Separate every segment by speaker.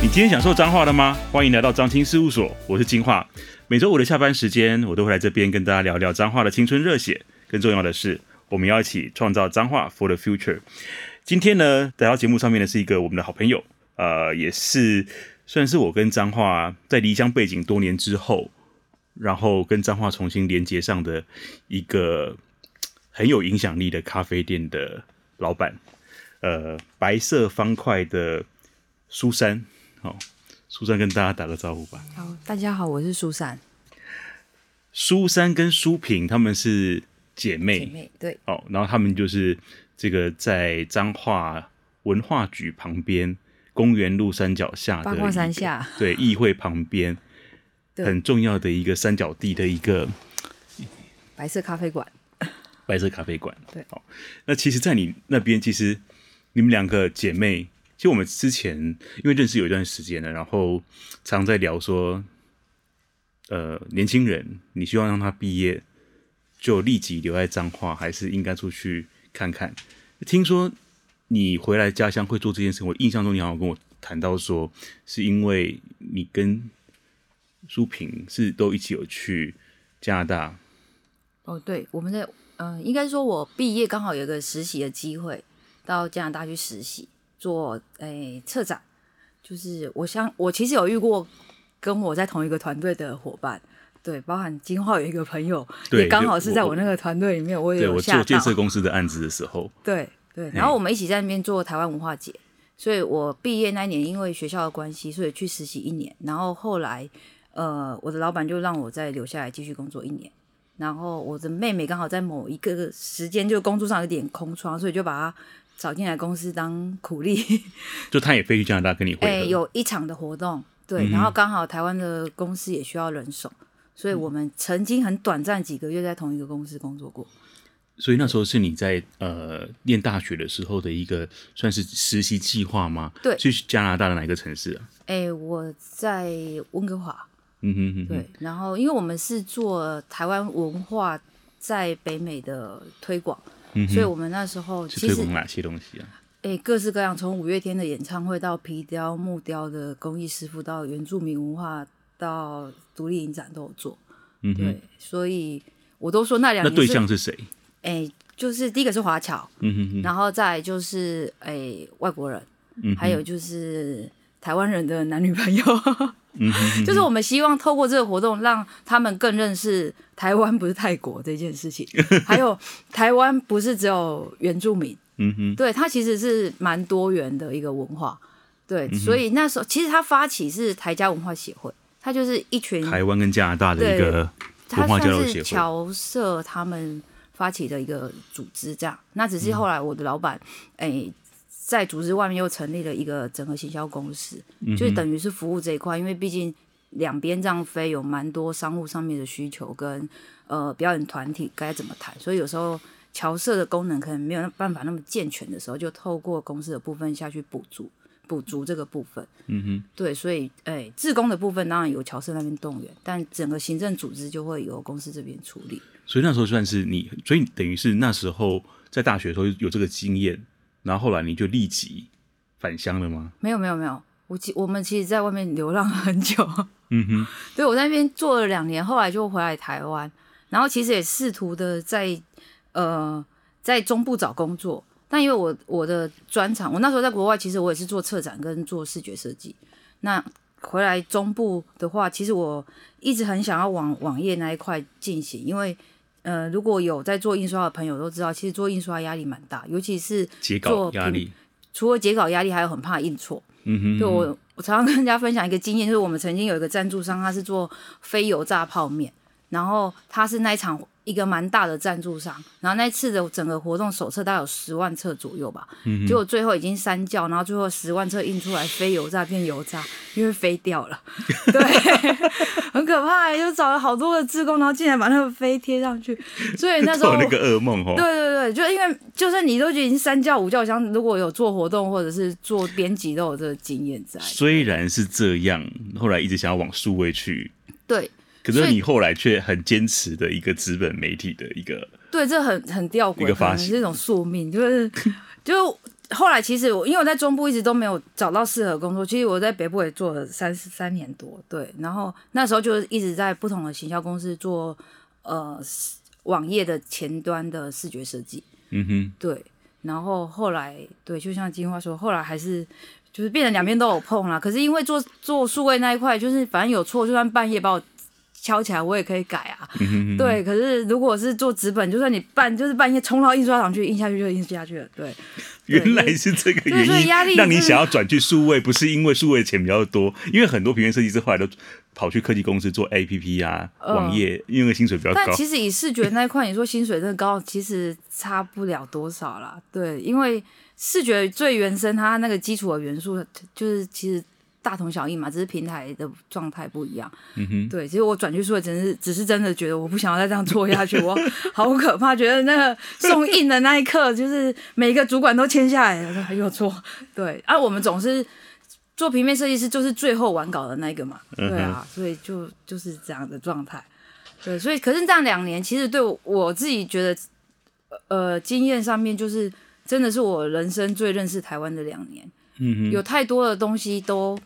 Speaker 1: 你今天享受彰化了吗？欢迎来到张青事务所，我是金化。每周五的下班时间，我都会来这边跟大家聊聊彰化的青春热血。更重要的是，我们要一起创造彰化 for the future。今天呢，来到节目上面的是一个我们的好朋友，呃，也是算是我跟彰化在离乡背景多年之后，然后跟彰化重新连接上的一个很有影响力的咖啡店的老板，呃，白色方块的苏珊，好、苏珊跟大家打个招呼吧。
Speaker 2: 好，大家好，我是苏珊
Speaker 1: 苏珊跟苏萍她们是姐妹，
Speaker 2: 姐妹，对，
Speaker 1: 哦，然后她们就是这个在彰化文化局旁边公园路山脚下的
Speaker 2: 八
Speaker 1: 一
Speaker 2: 卦
Speaker 1: 个
Speaker 2: 山下，
Speaker 1: 对，议会旁边
Speaker 2: 对
Speaker 1: 很重要的一个三角地的一个
Speaker 2: 白色咖啡馆，
Speaker 1: 白色咖啡馆。
Speaker 2: 对
Speaker 1: 好，那其实，在你那边，其实你们两个姐妹，其实我们之前因为认识有一段时间了，然后常在聊说，呃，年轻人，你希望让他毕业就立即留在彰化，还是应该出去看看？听说你回来家乡会做这件事，我印象中你好像跟我谈到说，是因为你跟苏萍是都一起有去加拿大，
Speaker 2: 哦，对，我们的，嗯、应该说我毕业刚好有一个实习的机会，到加拿大去实习，做诶策展，就是我相我其实有遇过跟我在同一个团队的伙伴，对，包含金浩有一个朋友，
Speaker 1: 对
Speaker 2: 也刚好
Speaker 1: 就是
Speaker 2: 在
Speaker 1: 我
Speaker 2: 我那个团队里面，我也
Speaker 1: 对
Speaker 2: 有
Speaker 1: 我
Speaker 2: 吓
Speaker 1: 做
Speaker 2: 到。
Speaker 1: 建设公司的案子的时候，
Speaker 2: 对对，然后我们一起在那边做台湾文化节，所以我毕业那一年因为学校的关系，所以去实习一年，然后后来呃，我的老板就让我再留下来继续工作一年，然后我的妹妹刚好在某一个时间就工作上有点空窗，所以就把她找进来公司当苦力，
Speaker 1: 就他也飞去加拿大跟你会合，
Speaker 2: 哎、 有一场的活动，对，然后刚好台湾的公司也需要人手。所以我们曾经很短暂几个月在同一个公司工作过，
Speaker 1: 所以那时候是你在呃念大学的时候的一个算是实习计划吗？
Speaker 2: 对
Speaker 1: 去加拿大的哪一个城市啊？
Speaker 2: 哎、我在温哥华，
Speaker 1: 嗯哼哼哼，
Speaker 2: 对，然后因为我们是做台湾文化在北美的推广，所以我们那时候
Speaker 1: 嗯是
Speaker 2: 其
Speaker 1: 推
Speaker 2: 实
Speaker 1: 广哪些东西啊？
Speaker 2: 诶、各式各样，从五月天的演唱会到皮雕、木雕的工艺师傅，到原住民文化，到独立影展都有做。
Speaker 1: 嗯哼，
Speaker 2: 对，所以我都说那两
Speaker 1: 那
Speaker 2: 年
Speaker 1: 对
Speaker 2: 是
Speaker 1: 象是谁？
Speaker 2: 诶、就是第一个是华侨，
Speaker 1: 嗯哼哼，
Speaker 2: 然后再来就是诶、外国人，
Speaker 1: 嗯哼嗯
Speaker 2: 还有就是台湾人的男女朋友， 就是我们希望透过这个活动，让他们更认识台湾不是泰国这 件事情，还有台湾不是只有原住民，
Speaker 1: 嗯哼，
Speaker 2: 对，它其实是蛮多元的一个文化，
Speaker 1: 嗯
Speaker 2: 对，所以那时候其实它发起是台家文化协会，它就是一群
Speaker 1: 台湾跟加拿大的一个
Speaker 2: 它
Speaker 1: 文化交
Speaker 2: 算
Speaker 1: 流
Speaker 2: 是
Speaker 1: 协会。
Speaker 2: 侨社他们发起的一个组织，这样。那只
Speaker 1: 嗯
Speaker 2: 是后来我的老板，哎、在组织外面又成立了一个整合行销公司，
Speaker 1: 嗯
Speaker 2: 就是等于是服务这一块，因为毕竟两边这样飞有蛮多商务上面的需求跟呃表演团体该怎么谈，所以有时候。侨社的功能可能没有办法那么健全的时候，就透过公司的部分下去补足补足这个部分。对，所以哎，自工的部分当然由侨社那边动员，但整个行政组织就会由公司这边处理。
Speaker 1: 所以那时候算是你，所以等于是那时候在大学的时候有这个经验，然后后来你就立即返乡了吗？
Speaker 2: 没有没有没有，我其我们其实在外面流浪很久，
Speaker 1: 嗯哼，
Speaker 2: 对我在那边做了两年，后来就回来台湾，然后其实也试图的在呃在中部找工作，但因为我我的专长，我那时候在国外，其实我也是做策展跟做视觉设计。那回来中部的话，其实我一直很想要往网页那一块进行，因为呃，如果有在做印刷的朋友都知道，其实做印刷压力蛮大，尤其是
Speaker 1: 结
Speaker 2: 做
Speaker 1: 稿
Speaker 2: 品
Speaker 1: 压力，
Speaker 2: 除了截稿压力，还有很怕印错。
Speaker 1: 嗯哼，
Speaker 2: 对我，我常常跟大家分享一个经验，就是我们曾经有一个赞助商，他是做非油炸泡面，然后他是那一场一个蛮大的赞助商，然后那一次的整个活动手册大概有十万册左右吧，
Speaker 1: 嗯
Speaker 2: 结果最后已经删掉，然后最后十万册印出来非油炸变油炸，因为飞掉了， 对，很可怕、欸就找了好多个志工，然后竟然把那个飞贴上去，所以那 时
Speaker 1: 做
Speaker 2: 候
Speaker 1: 那个噩梦哦。
Speaker 2: 对对对，就因为就是你都已经三教五教，像如果有做活动或者是做编辑，都有这个经验在。
Speaker 1: 虽然是这样，后来一直想要往数位去，
Speaker 2: 对
Speaker 1: 可
Speaker 2: 所
Speaker 1: 是
Speaker 2: 以
Speaker 1: 你后来却很坚持的一个资本媒体的一个，
Speaker 2: 对，这很很吊
Speaker 1: 一
Speaker 2: 诡
Speaker 1: 个，
Speaker 2: 可
Speaker 1: 发
Speaker 2: 能
Speaker 1: 现
Speaker 2: 是一种宿命，就是就后来其实我因为我在中部一直都没有找到适合的工作，其实我在北部也做了三三年多，对，然后那时候就是一直在不同的行销公司做呃网页的前端的视觉设计，
Speaker 1: 嗯哼，
Speaker 2: 对，然后后来对，就像金花说，后来还是就是变成两边都有碰啦。可是因为做做数位那一块，就是反正有错，就算半夜把我敲起来，我也可以改啊。
Speaker 1: 嗯哼，
Speaker 2: 对，可是如果是做纸本，就算你半就是半夜冲到印刷厂去印下去就印下去了，对，
Speaker 1: 原来是这个原
Speaker 2: 对所以压力
Speaker 1: 因，让你
Speaker 2: 就是
Speaker 1: 想要转去数位，不是因为数位钱比较多，因为很多平面设计师后来都跑去科技公司做 APP 啊、
Speaker 2: 嗯
Speaker 1: 网页，因为薪水比较
Speaker 2: 但
Speaker 1: 高。
Speaker 2: 其实以视觉那一块，你说薪水真的高，其实差不了多少啦。对，因为视觉最原生它那个基础的元素，就是其实大同小异嘛，只是平台的状态不一样。
Speaker 1: 嗯哼，
Speaker 2: 对，其实我转去说，真是只是真的觉得我不想要再这样做下去，我好可怕，觉得那个 送印的那一刻，就是每一个主管都签下来了， 说哎有错，对，啊，我们总是做平面设计师，就是最后完稿的那一个嘛，对啊，所以就就是这样的状态，对，所以可是这样两年，其实对我我自己觉得，呃，经验上面就是真的是我人生最认识台湾的两年，
Speaker 1: 嗯哼，
Speaker 2: 有太多的东西都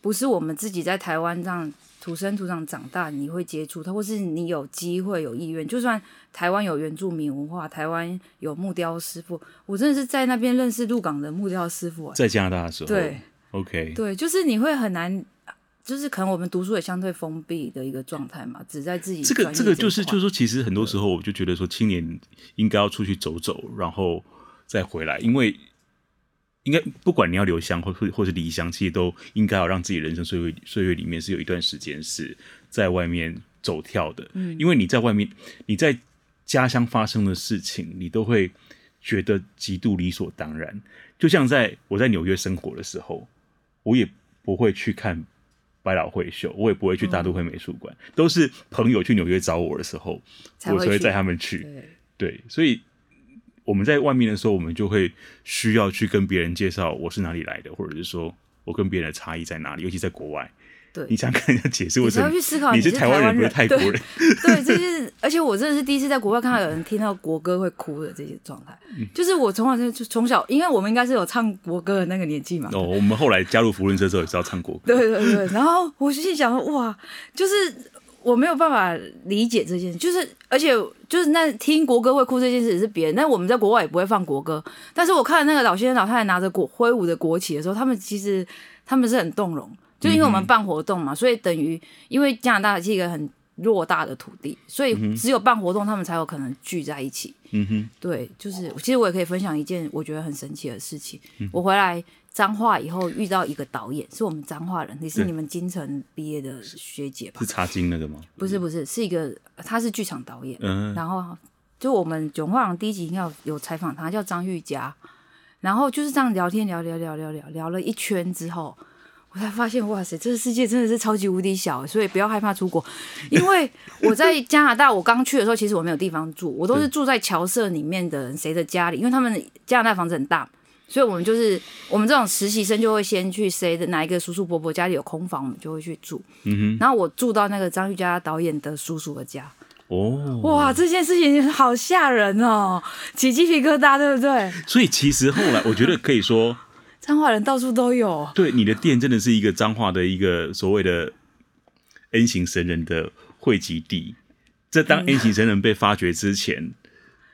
Speaker 2: 不是我们自己在台湾这样土生土长长大，你会接触它，或是你有机会有意愿。就算台湾有原住民文化，台湾有木雕师傅，我真的是在那边认识鹿港的木雕师傅、欸。
Speaker 1: 在加拿大的时候，
Speaker 2: 对
Speaker 1: ，OK，
Speaker 2: 对，就是你会很难。就是可能我们读书也相对封闭的一个状态嘛，只在自己
Speaker 1: 这个
Speaker 2: 专业
Speaker 1: 这个就是
Speaker 2: 一块
Speaker 1: 就是说，其实很多时候我就觉得说，青年应该要出去走走，然后再回来，因为应该不管你要留乡或或或是离乡，其实都应该要让自己人生岁月岁月里面是有一段时间是在外面走跳的，嗯，因为你在外面你在家乡发生的事情，你都会觉得极度理所当然。就像在我在纽约生活的时候，我也不会去看百老汇秀，我也不会去
Speaker 2: 嗯
Speaker 1: 大都会美术馆，都是朋友去纽约找我的时候，
Speaker 2: 才
Speaker 1: 我才会
Speaker 2: 去
Speaker 1: 带他们去。
Speaker 2: 对
Speaker 1: 对，所以我们在外面的时候，我们就会需要去跟别人介绍我是哪里来的，或者是说我跟别人的差异在哪里，尤其在国外。
Speaker 2: 对
Speaker 1: 你想跟人家解释为
Speaker 2: 你
Speaker 1: 什
Speaker 2: 才
Speaker 1: 么
Speaker 2: 会去思考
Speaker 1: 你
Speaker 2: 你是
Speaker 1: 台湾
Speaker 2: 台湾
Speaker 1: 不是
Speaker 2: 人
Speaker 1: 泰国人？
Speaker 2: 对，这就是，而且我真的是第一次在国外看到有人听到国歌会哭的这些状态，就是我从小就就从小，因为我们应该是有唱国歌的那个年纪嘛，
Speaker 1: 哦，我们后来加入福伦社之后也是要唱国歌。
Speaker 2: 对对对，然后我就心想说，哇，就是我没有办法理解这件事，就是而且就是那听国歌会哭这件事是别人，但我们在国外也不会放国歌，但是我看那个老先生老太太拿着国挥舞的国旗的时候，他们其实他们是很动容，就因为我们办活
Speaker 1: 嗯
Speaker 2: 动嘛，所以等于因为加拿大是一个很偌大的土地，所以只有办活动他们才有可能聚在一起。
Speaker 1: 嗯哼，
Speaker 2: 对，就是其实我也可以分享一件我觉得很神奇的事情。
Speaker 1: 嗯
Speaker 2: 我回来彰化以后遇到一个导演，是我们彰化人，也是
Speaker 1: 对
Speaker 2: 你们京城毕业的学姐吧
Speaker 1: 是？查经那个吗？
Speaker 2: 不是不是，是一个他是剧场导演，
Speaker 1: 嗯
Speaker 2: 然后就我们囧画廊第一集应该有有采访他，叫张玉佳。然后就是这样聊天聊聊聊聊聊聊了一圈之后，我才发现哇塞，这个世界真的是超级无敌小，所以不要害怕出国。因为我在加拿大，我刚去的时候，其实我没有地方住，我都是住在侨舍里面的人谁的家里，因为他们加拿大房子很大。所以我们就是我们这种实习生就会先去谁的哪一个叔叔伯伯家里有空房，我们就会去住。嗯哼。然后我住到那个张玉佳导演的叔叔的家，
Speaker 1: 哦，
Speaker 2: 哇，这件事情好吓人哦，起鸡皮疙瘩，对不对？
Speaker 1: 所以其实后来我觉得可以说，
Speaker 2: 彰化人到处都有，
Speaker 1: 对你的店真的是一个彰化的一个所谓的 N 型神人的汇集地。这当 N 型神人被发掘之前，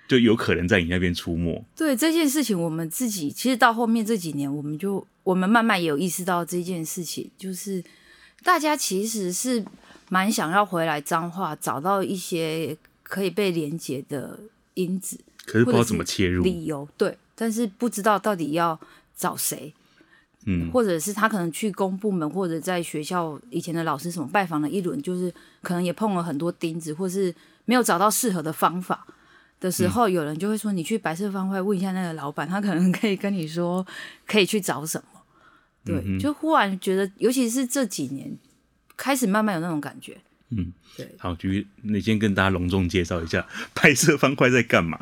Speaker 1: 就有可能在你那边出没。
Speaker 2: 对这件事情，我们自己其实到后面这几年，我们就我们慢慢也有意识到这件事情，就是大家其实是蛮想要回来彰化，找到一些可以被连接的因子，
Speaker 1: 可是不
Speaker 2: 或
Speaker 1: 知道
Speaker 2: 者
Speaker 1: 怎么切入。
Speaker 2: 理由，对，但是不知道到底要找谁，
Speaker 1: 嗯，
Speaker 2: 或者是他可能去公部门或者在学校以前的老师什么拜访了一轮，就是可能也碰了很多钉子，或是没有找到适合的方法的时候，
Speaker 1: 嗯
Speaker 2: 有人就会说你去白色方块问一下那个老板，他可能可以跟你说可以去找什么。对，
Speaker 1: 嗯
Speaker 2: 就忽然觉得，尤其是这几年开始慢慢有那种感觉。
Speaker 1: 好，菊，你先跟大家隆重介绍一下 拍摄方块在干嘛？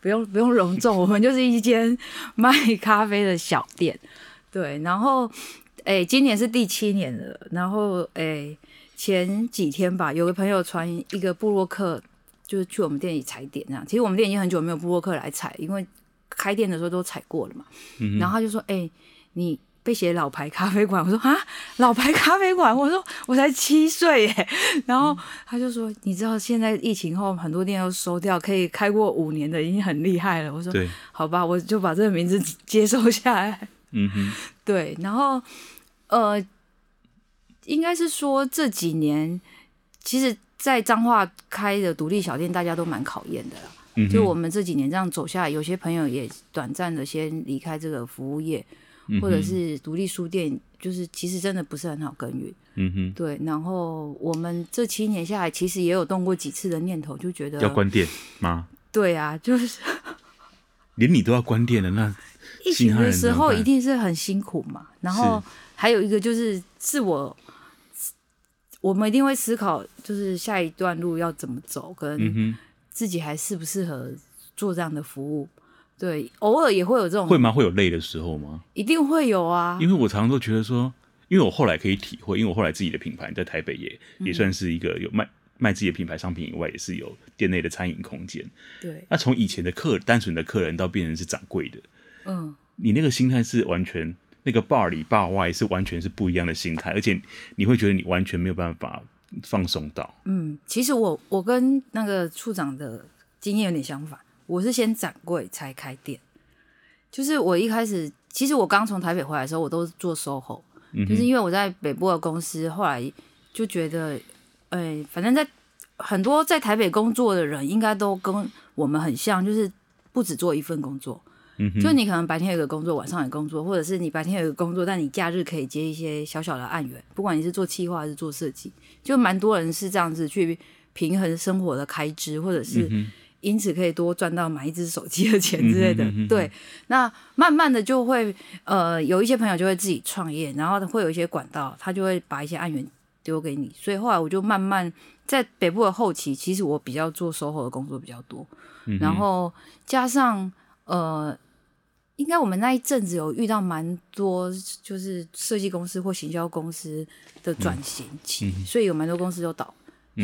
Speaker 2: 不用不用隆重，我们就是一间卖咖啡的小店。对，然后诶、今年是第七年了。然后诶、前几天吧，有个朋友传一个布洛克，就是去我们店里踩点这样。其实我们店已经很久没有布洛克来踩，因为开店的时候都踩过了嘛。然后他就说：“哎、你被写老牌咖啡馆。”我说：“啊，老牌咖啡馆？”我说：“我才七岁耶。” 然后他就说：“你知道现在疫情后很多店都收掉，可以开过五年的已经很厉害了。”我说：“
Speaker 1: 对，
Speaker 2: 好吧，我就把这个名字接 收下来。”
Speaker 1: 嗯哼，
Speaker 2: 对，然后呃，应该是说这几年，其实，在彰化开的独立小店，大家都蛮考验的啦。
Speaker 1: 嗯哼，
Speaker 2: 就我们这几年这样走下来，有些朋友也短暂的先离开这个服务业，
Speaker 1: 嗯
Speaker 2: 或者是独立书店，就是其实真的不是很好耕耘。
Speaker 1: 嗯哼，
Speaker 2: 对，然后我们这七年下来，其实也有动过几次的念头，就觉得
Speaker 1: 要关店吗？
Speaker 2: 对啊，就是
Speaker 1: 连你都要关店了，那
Speaker 2: 疫
Speaker 1: 其
Speaker 2: 情
Speaker 1: 他
Speaker 2: 的
Speaker 1: 人
Speaker 2: 时
Speaker 1: 怎么
Speaker 2: 候
Speaker 1: 办
Speaker 2: 一定是很辛苦嘛，然后还有一个就是自我，我们一定会思考，就是下一段路要怎么走，跟
Speaker 1: 嗯
Speaker 2: 自己还适不适合做这样的服务。对，偶尔也会有这
Speaker 1: 哼，会
Speaker 2: 种，
Speaker 1: 吗？会有累的时候吗？
Speaker 2: 一定会有啊
Speaker 1: 因。为我常常都觉得说，因为我后来可以体会，因为我后来自己的品牌在台北也、
Speaker 2: 嗯
Speaker 1: 也算是一个有卖卖自己的品牌商品以外，也是有店内的餐饮空间。
Speaker 2: 对，
Speaker 1: 那从以前的客单纯的客人到变成是掌柜的，
Speaker 2: 嗯，
Speaker 1: 你那个心态是完全那个 bar 里 bar 外是完全是不一样的心态，而且你会觉得你完全没有办法放松到。
Speaker 2: 嗯，其实我我跟那个处长的经验有点相反，我是先展柜才开店，就是我一开始，其实我刚从台北回来的时候，我都是做售后，就是因为我在北部的公司，后来就觉得，呃，反正在很多在台北工作的人，应该都跟我们很像，就是不只做一份工作，
Speaker 1: 嗯
Speaker 2: 就
Speaker 1: 哼，
Speaker 2: 你可能白天有一个工作，晚上有工作，或者是你白天有一个工作，但你假日可以接一些小小的案源，不管你是做企划还是做设计，就蛮多人是这样子去平衡生活的开支，或者
Speaker 1: 嗯
Speaker 2: 是因此可以多赚到买一只手机的钱之类的。
Speaker 1: 嗯哼嗯哼
Speaker 2: 对，那慢慢的就会呃，有一些朋友就会自己创业，然后会有一些管道，他就会把一些案源丢给你，所以后来我就慢慢在北部的后期，其实我比较做售后的工作比较多，
Speaker 1: 嗯
Speaker 2: 然后加上呃，应该我们那一阵子有遇到蛮多就是设计公司或行销公司的转型
Speaker 1: 嗯
Speaker 2: 期，所以有蛮多公司都倒。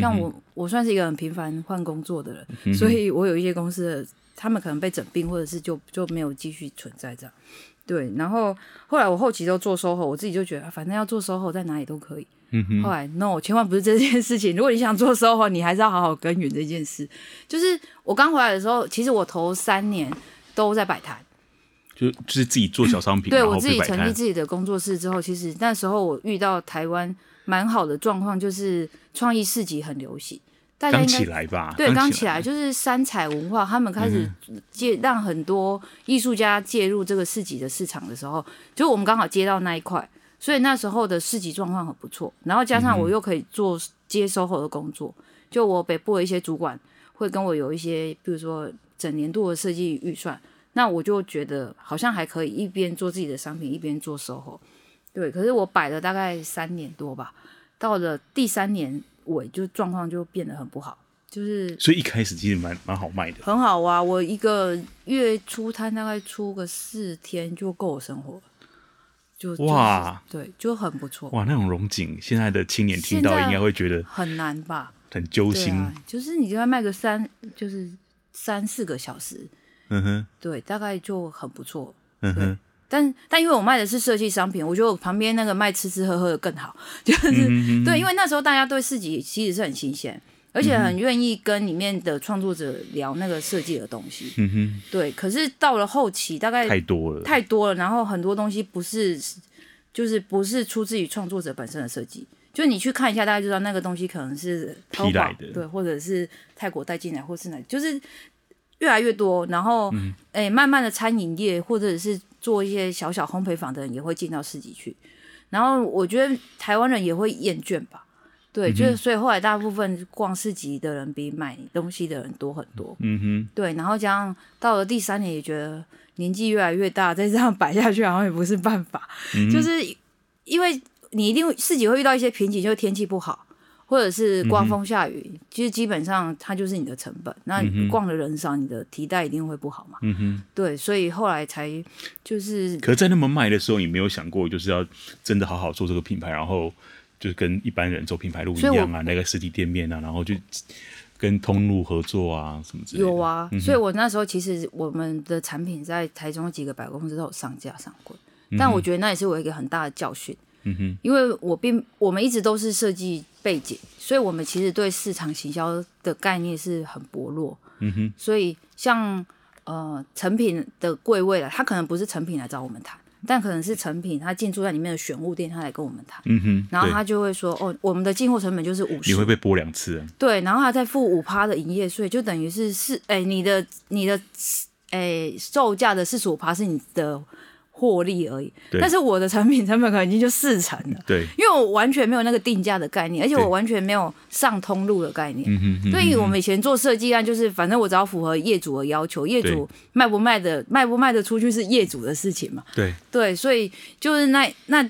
Speaker 2: 像我，我算是一个很频繁换工作的
Speaker 1: 嗯
Speaker 2: 人，所以我有一些公司的他们可能被整并，或者是就就没有继续存在这样。对，然后后来我后期都做售后，我自己就觉得啊反正要做售后，在哪里都可以。
Speaker 1: 嗯哼，
Speaker 2: 后来 no，千万不是这件事情。如果你想做售后，你还是要好好耕耘这件事。就是我刚回来的时候，其实我头三年都在摆摊，
Speaker 1: 就就是自己做小商品，
Speaker 2: 对
Speaker 1: 然
Speaker 2: 我
Speaker 1: 后
Speaker 2: 自
Speaker 1: 去
Speaker 2: 己
Speaker 1: 摆
Speaker 2: 成立
Speaker 1: 摊。
Speaker 2: 自己的工作室之后，其实那时候我遇到台湾蛮好的状况，就是创意市集很流行，大家
Speaker 1: 刚
Speaker 2: 应
Speaker 1: 起
Speaker 2: 该
Speaker 1: 来吧，
Speaker 2: 对，刚
Speaker 1: 起
Speaker 2: 起来就是三彩文化，他们开始介让很多艺术家介入这个市集的市场的时候，就我们刚好接到那一块，所以那时候的市集状况很不错。然后加
Speaker 1: 嗯
Speaker 2: 上我又可以做接收后的工作，就我北部的一些主管会跟我有一些，比如说整年度的设计预算，那我就觉得好像还可以一边做自己的商品，一边做售后。对，可是我摆了大概三年多吧，到了第三年尾就状况就变得很不好，就是
Speaker 1: 所以一开始其实蛮蛮好卖的。
Speaker 2: 很好啊，我一个月出摊大概出个四天就够我生活了，就
Speaker 1: 哇，
Speaker 2: 就是对，就很不错，
Speaker 1: 哇，那种荣景，现在的青年听到
Speaker 2: 现在
Speaker 1: 应该会觉得
Speaker 2: 很难吧？
Speaker 1: 很揪
Speaker 2: 对
Speaker 1: 心。
Speaker 2: 啊，就是你就要卖个三，就是三四个小时，
Speaker 1: 嗯哼，
Speaker 2: 对，大概就很不错。
Speaker 1: 嗯哼，
Speaker 2: 但但因为我卖的是设计商品，我觉得我旁边那个卖吃吃喝喝的更好，
Speaker 1: 嗯
Speaker 2: 就是、对，因为那时候大家对市集其实是很新鲜，而且
Speaker 1: 嗯
Speaker 2: 很愿意跟里面的创作者聊那个设计的东西。
Speaker 1: 嗯哼，
Speaker 2: 对，可是到了后期大概
Speaker 1: 太多了。
Speaker 2: 太多了，然后很多东西不是，就是不是出自于创作者本身的设计。就你去看一下，大家就知道那个东西可能是淘
Speaker 1: 批来
Speaker 2: 宝
Speaker 1: 的
Speaker 2: 对，或者是泰国带进来，或是哪，就是越来越多。然后，
Speaker 1: 嗯
Speaker 2: 哎、慢慢的餐饮业或者是做一些小小烘焙坊的人也会进到市集去。然后，我觉得台湾人也会厌倦吧，
Speaker 1: 嗯
Speaker 2: 对，就是所以后来大部分逛市集的人比买东西的人多很多。
Speaker 1: 嗯哼，
Speaker 2: 对，然后加上到了第三年也觉得年纪越来越大，再这样摆下去好像也不是办法，
Speaker 1: 嗯
Speaker 2: 就是因为你一定会自己会遇到一些瓶颈，就是天气不好，或者是刮风下雨，
Speaker 1: 嗯
Speaker 2: 其实基本上它就是你的成本。那逛的人少，你的提袋一定会不好嘛。
Speaker 1: 嗯哼。
Speaker 2: 对，所以后来才就是
Speaker 1: 可是，在那么卖的时候，你没有想过就是要真的好好做这个品牌，然后就是跟一般人做品牌路一
Speaker 2: 所以我
Speaker 1: 样啊，那个实体店面啊，然后就跟通路合作啊什么之类的。
Speaker 2: 有啊，所以我那时候其实我们的产品在台中几个百货公司都有上架上柜，但我觉得那也是我一个很大的教训。
Speaker 1: 嗯哼，
Speaker 2: 因为我并我们一直都是设计背景，所以我们其实对市场行销的概念是很薄弱。
Speaker 1: 嗯哼，
Speaker 2: 所以像呃成品的柜位了，他可能不是成品来找我们谈，但可能是成品他进驻在里面的选物店，他来跟我们谈。
Speaker 1: 嗯哼，
Speaker 2: 然后
Speaker 1: 对
Speaker 2: 他就会说：“哦，我们的进货成本就是五
Speaker 1: 你
Speaker 2: 十
Speaker 1: 会被剥两次啊。
Speaker 2: 对，然后他再付五趴的营业税，就等于是四哎、你的你的哎、售价的四十五趴是你的获利而已，
Speaker 1: 对
Speaker 2: 但是我的产品成本可能已经就四成了，
Speaker 1: 对，
Speaker 2: 因为我完全没有那个定价的概念，而且
Speaker 1: 对
Speaker 2: 我完全没有上通路的概念。
Speaker 1: 嗯哼，嗯哼
Speaker 2: 所以我们以前做设计案，就是反正我只要符合业主的要求，业主卖不卖的卖不卖的出去是业主的事情嘛。
Speaker 1: 对
Speaker 2: 对，所以就是那那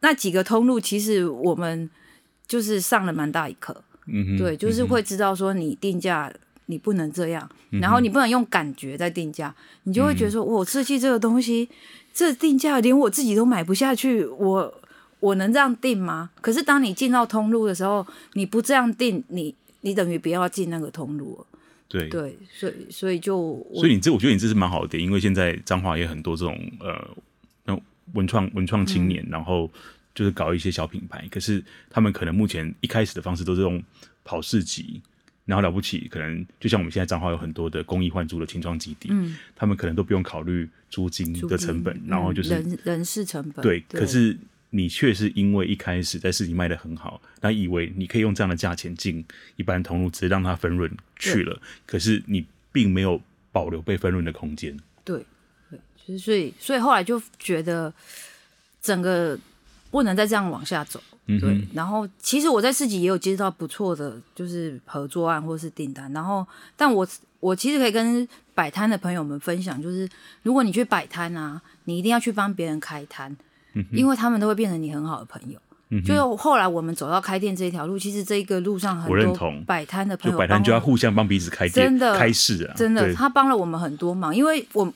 Speaker 2: 那几个通路，其实我们就是上了蛮大一课。
Speaker 1: 嗯哼，嗯
Speaker 2: 对，就是会知道说你定价你不能这样，然后你不能用感觉在定价，你就会觉得说，我设计这个东西，这定价连我自己都买不下去，我我能这样定吗？可是当你进到通路的时候，你不这样定，你你等于不要进那个通路了。
Speaker 1: 对
Speaker 2: 对，所以所以就我
Speaker 1: 所以你这，我觉得你这是蛮好的点，因为现在彰化也很多这种呃，那种文创文创青
Speaker 2: 嗯
Speaker 1: 年，然后就是搞一些小品牌，可是他们可能目前一开始的方式都是用跑市集，然后了不起，可能就像我们现在彰化有很多的公益换租的青创基地，
Speaker 2: 嗯，
Speaker 1: 他们可能都不用考虑租金
Speaker 2: 租
Speaker 1: 的
Speaker 2: 金
Speaker 1: 成本，然后就是、
Speaker 2: 嗯人人事成本。
Speaker 1: 对，可是你却是因为一开始在市集卖的很好，那以为你可以用这样的价钱进一般同路，只是让它分润去了，可是你并没有保留被分润的空间。
Speaker 2: 对，对，就是所以所以后来就觉得整个不能再这样往下走。
Speaker 1: 嗯
Speaker 2: 对，然后其实我在市集也有接到不错的，就是合作案或是订单。然后，但我我其实可以跟摆摊的朋友们分享，就是如果你去摆摊啊，你一定要去帮别人开摊，
Speaker 1: 嗯
Speaker 2: 因为他们都会变成你很好的朋友。就是后来我们走到开店这一条路，其实这一个路上很
Speaker 1: 我认
Speaker 2: 多
Speaker 1: 同
Speaker 2: 摆摊的朋
Speaker 1: 就
Speaker 2: 友
Speaker 1: 摆摊
Speaker 2: 帮
Speaker 1: 就要
Speaker 2: 我们
Speaker 1: 互相帮彼此开店、
Speaker 2: 真的
Speaker 1: 开市啊，
Speaker 2: 真的，
Speaker 1: 对
Speaker 2: 他帮了我们很多忙，因为我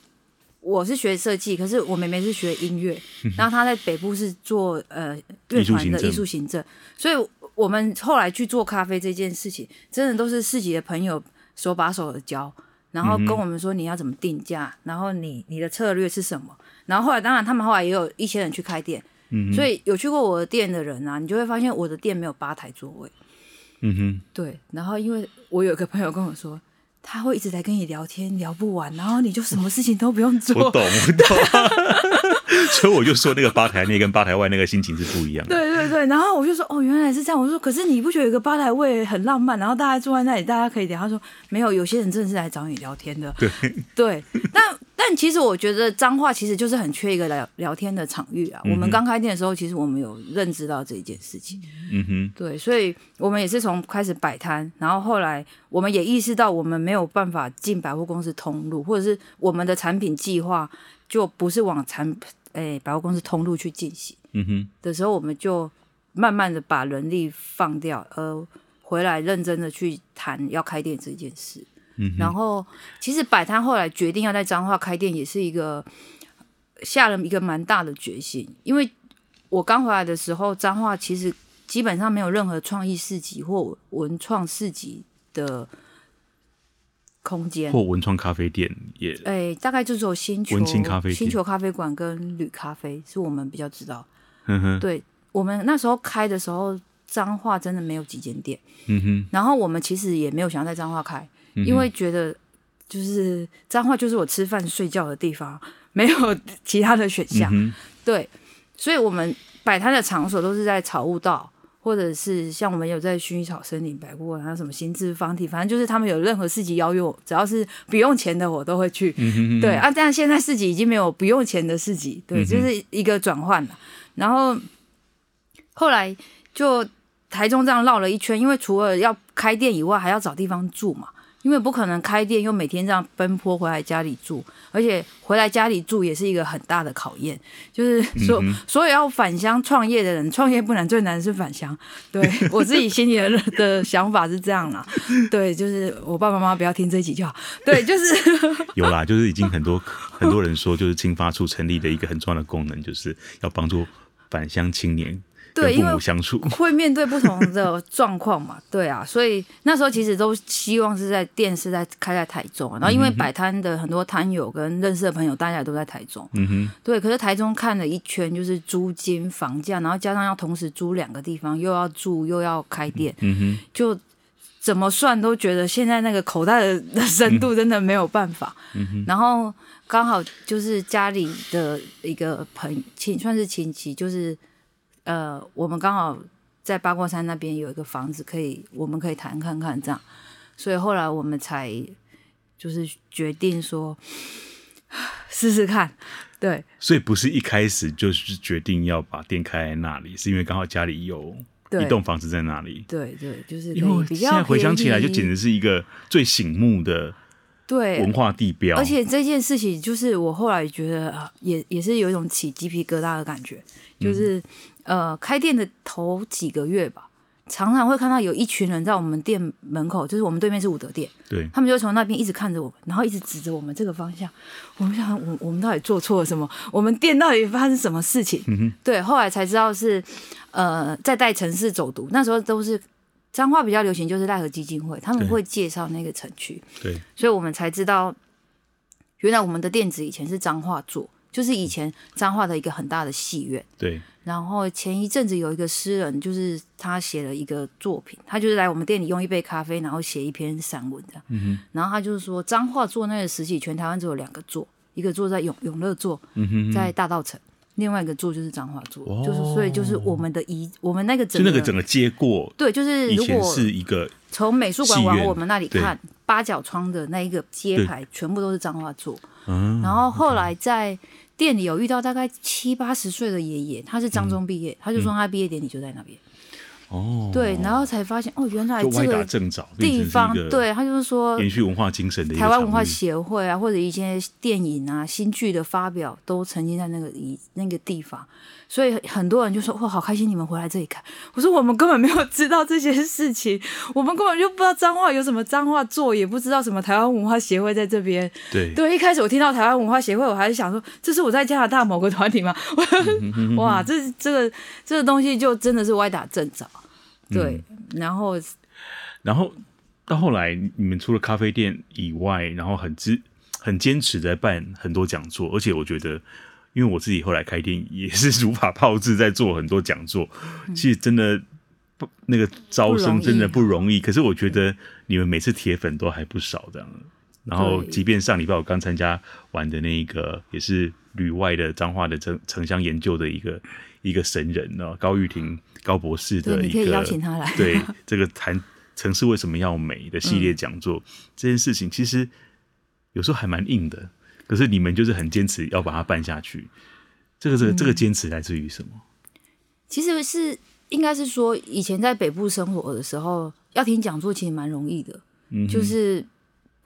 Speaker 2: 我是学设计，可是我妹妹是学音乐，然后她在北部是做呃乐团
Speaker 1: 嗯艺术行
Speaker 2: 的
Speaker 1: 政
Speaker 2: 艺术行政，所以我们后来去做咖啡这件事情，真的都是市集的朋友手把手的教，然
Speaker 1: 嗯
Speaker 2: 后跟我们说你要怎么定价，然后你你的策略是什么，然后后来当然他们后来也有一些人去开店，
Speaker 1: 嗯
Speaker 2: 所以有去过我的店的人啊，你就会发现我的店没有吧台座位。
Speaker 1: 嗯哼，
Speaker 2: 对，然后因为我有一个朋友跟我说，他会一直在跟你聊天，聊不完，然后你就什么事情都不用
Speaker 1: 我
Speaker 2: 做。
Speaker 1: 懂，我懂， 所以我就说那个吧台内跟吧台外那个心情是不一样的。
Speaker 2: 对对对，然后我就说哦，原来是这样。我说可是你不觉得有个吧台位很浪漫，然后大家坐在那里，大家可以聊。他说没有，有些人真的是来找你聊天的。
Speaker 1: 对，
Speaker 2: 对，但但其实我觉得彰化其实就是很缺一个聊聊天的场域啊。我们刚开店的时候，其实我们有认知到这一件事情。
Speaker 1: 嗯哼，
Speaker 2: 对，所以我们也是从开始摆摊，然后后来我们也意识到我们没有办法进百货公司通路，或者是我们的产品计划就不是往产诶、百货公司通路去进行
Speaker 1: 嗯哼，
Speaker 2: 的时候，我们就慢慢的把人力放掉，呃，回来认真的去谈要开店这件事。
Speaker 1: 嗯
Speaker 2: 然后其实摆摊后来决定要在彰化开店，也是一个下了一个蛮大的决心，因为我刚回来的时候，彰化其实基本上没有任何创意市集或文创市集的空间。
Speaker 1: 或文创咖啡店也，
Speaker 2: 哎、大概就只有星球
Speaker 1: 文青咖啡店
Speaker 2: 星球咖啡馆跟旅咖啡是我们比较知道。
Speaker 1: 嗯哼，
Speaker 2: 对我们那时候开的时候，彰化真的没有几间店。
Speaker 1: 嗯哼，
Speaker 2: 然后我们其实也没有想要在彰化开，
Speaker 1: 嗯哼
Speaker 2: 因为觉得就是彰化就是我吃饭睡觉的地方，没有其他的选项。
Speaker 1: 嗯哼，
Speaker 2: 对，所以我们摆摊的场所都是在草悟道，或者是像我们有在薰衣草森林摆过，然啊后什么新智方体，反正就是他们有任何市集邀约我，只要是不用钱的我都会去。
Speaker 1: 嗯哼，嗯
Speaker 2: 对啊，但现在市集已经没有不用钱的市集，对，就是一个转换了。然后后来就台中这样绕了一圈，因为除了要开店以外，还要找地方住嘛，因为不可能开店又每天这样奔波回来家里住，而且回来家里住也是一个很大的考验，就是所、所有要返乡创业的人，创业不难，最难的是返乡。对我自己心里的的想法是这样啦，对，就是我爸爸妈妈不要听这一集就好，对，就是。
Speaker 1: 有啦， 就是已经很多很多人说，就是青发处成立的一个很重要的功能，就是要帮助返乡青年
Speaker 2: 对，
Speaker 1: 跟
Speaker 2: 因
Speaker 1: 父
Speaker 2: 为
Speaker 1: 母相处，
Speaker 2: 会面对不同的状况嘛， 对啊，所以那时候其实都希望是在店是在开在台中啊、然后因为摆摊的很多摊友跟认识的朋友，大家也都在台中，
Speaker 1: 嗯哼，
Speaker 2: 对。可是台中看了一圈，就是租金、房价，然后加上要同时租两个地方，又要住又要开店，
Speaker 1: 嗯哼，
Speaker 2: 就怎么算都觉得现在那个口袋的的深
Speaker 1: 嗯
Speaker 2: 度真的没有办法。然后刚好就是家里的一个朋亲，算是亲戚，就是呃，我们刚好在八卦山那边有一个房子，可以我们可以谈看看这样。所以后来我们才就是决定说 试试看，对。
Speaker 1: 所以不是一开始就是决定要把店开在那里，是因为刚好家里有
Speaker 2: 对
Speaker 1: 一栋房子在那里。
Speaker 2: 对对，就是
Speaker 1: 因为
Speaker 2: 可
Speaker 1: 我
Speaker 2: 以比
Speaker 1: 现
Speaker 2: 较
Speaker 1: 在回想起来，就
Speaker 2: 便宜
Speaker 1: 简直是一个最醒目的
Speaker 2: 对
Speaker 1: 文化地标。
Speaker 2: 而且这件事情，就是我后来觉得啊也也是有一种起鸡皮疙瘩的感觉，就是、呃，开店的头几个月吧，常常会看到有一群人在我们店门口，就是我们对面是武德店，
Speaker 1: 对，
Speaker 2: 他们就从那边一直看着我们，然后一直指着我们这个方向。我们想，我我们到底做错了什么？我们店到底发生什么事情？对，后来才知道是呃，在带城市走读，那时候都是彰化比较流行，就是赖和基金会，他们
Speaker 1: 对
Speaker 2: 会介绍那个城区。
Speaker 1: 对，
Speaker 2: 所以我们才知道，原来我们的店子以前是彰化做，就是以前彰化的一个很大的戏院。
Speaker 1: 对，
Speaker 2: 然后前一阵子有一个诗人，就是他写了一个作品，他就是来我们店里用一杯咖啡，然后写一篇散文这样。嗯、然后他就是说，彰化做那个时期，全台湾只有两个做，一个做在永永乐做，在大道城。另外一个做就是彰化做，
Speaker 1: 嗯哦
Speaker 2: 就是所以就是我们的遗，我们那个
Speaker 1: 就
Speaker 2: 整
Speaker 1: 那个整个街过，
Speaker 2: 对，就是
Speaker 1: 以
Speaker 2: 如
Speaker 1: 前
Speaker 2: 果
Speaker 1: 是一个
Speaker 2: 从美术馆
Speaker 1: 戏
Speaker 2: 往
Speaker 1: 院
Speaker 2: 我们那里看，八角窗的那一个街牌全部都是彰化做。
Speaker 1: 啊
Speaker 2: 然后后来在店里有遇到大概七八十岁的爷爷，他是彰中毕业，他就说他毕业典礼就在那边。
Speaker 1: 嗯哦，
Speaker 2: 对，然后才发现哦，原来
Speaker 1: 就歪
Speaker 2: 这
Speaker 1: 打
Speaker 2: 个
Speaker 1: 正着，变成
Speaker 2: 地
Speaker 1: 是一
Speaker 2: 方
Speaker 1: 个，
Speaker 2: 对他就是说。
Speaker 1: 延续文化精神的一个
Speaker 2: 台湾文化
Speaker 1: 场域
Speaker 2: 协会啊，或者一些电影啊、新剧的发表，都曾经在那个一那个地方，所以很多人就说：“哇，好开心你们回来这里看。”我说：“我们根本没有知道这些事情，我们根本就不知道彰化有什么彰化做，也不知道什么台湾文化协会在这边。”
Speaker 1: 对
Speaker 2: 对，一开始我听到台湾文化协会，我还是想说，这是我在加拿大某个团体吗？
Speaker 1: 嗯
Speaker 2: 我 哇，这这个这个东西就真的是歪打正着。
Speaker 1: 嗯
Speaker 2: 对，然后
Speaker 1: 然后到后来，你们除了咖啡店以外，然后很支很坚持地在办很多讲座，而且我觉得，因为我自己后来开店也是如法炮制在做很多讲座，其实真的。不那个招生真嗯的不容易，可是我觉得你们每次铁粉都还不少这样。然后，
Speaker 2: 对
Speaker 1: 即便上礼拜我刚参加完的那个，也是旅外的彰化的城城乡研究的一个一个神人哦，高玉婷高博士的
Speaker 2: 对
Speaker 1: 一
Speaker 2: 你
Speaker 1: 个，
Speaker 2: 可以邀请他来
Speaker 1: 对这个谈城市为什么要美的系
Speaker 2: 嗯
Speaker 1: 列讲座、这件事情，其实有时候还蛮硬的，可是你们就是很坚持要把它办下去。这个这个这
Speaker 2: 嗯
Speaker 1: 个坚持来自于什么？
Speaker 2: 其实是应该是说，以前在北部生活的时候，要听讲座其实蛮容易的，
Speaker 1: 嗯哼
Speaker 2: 就是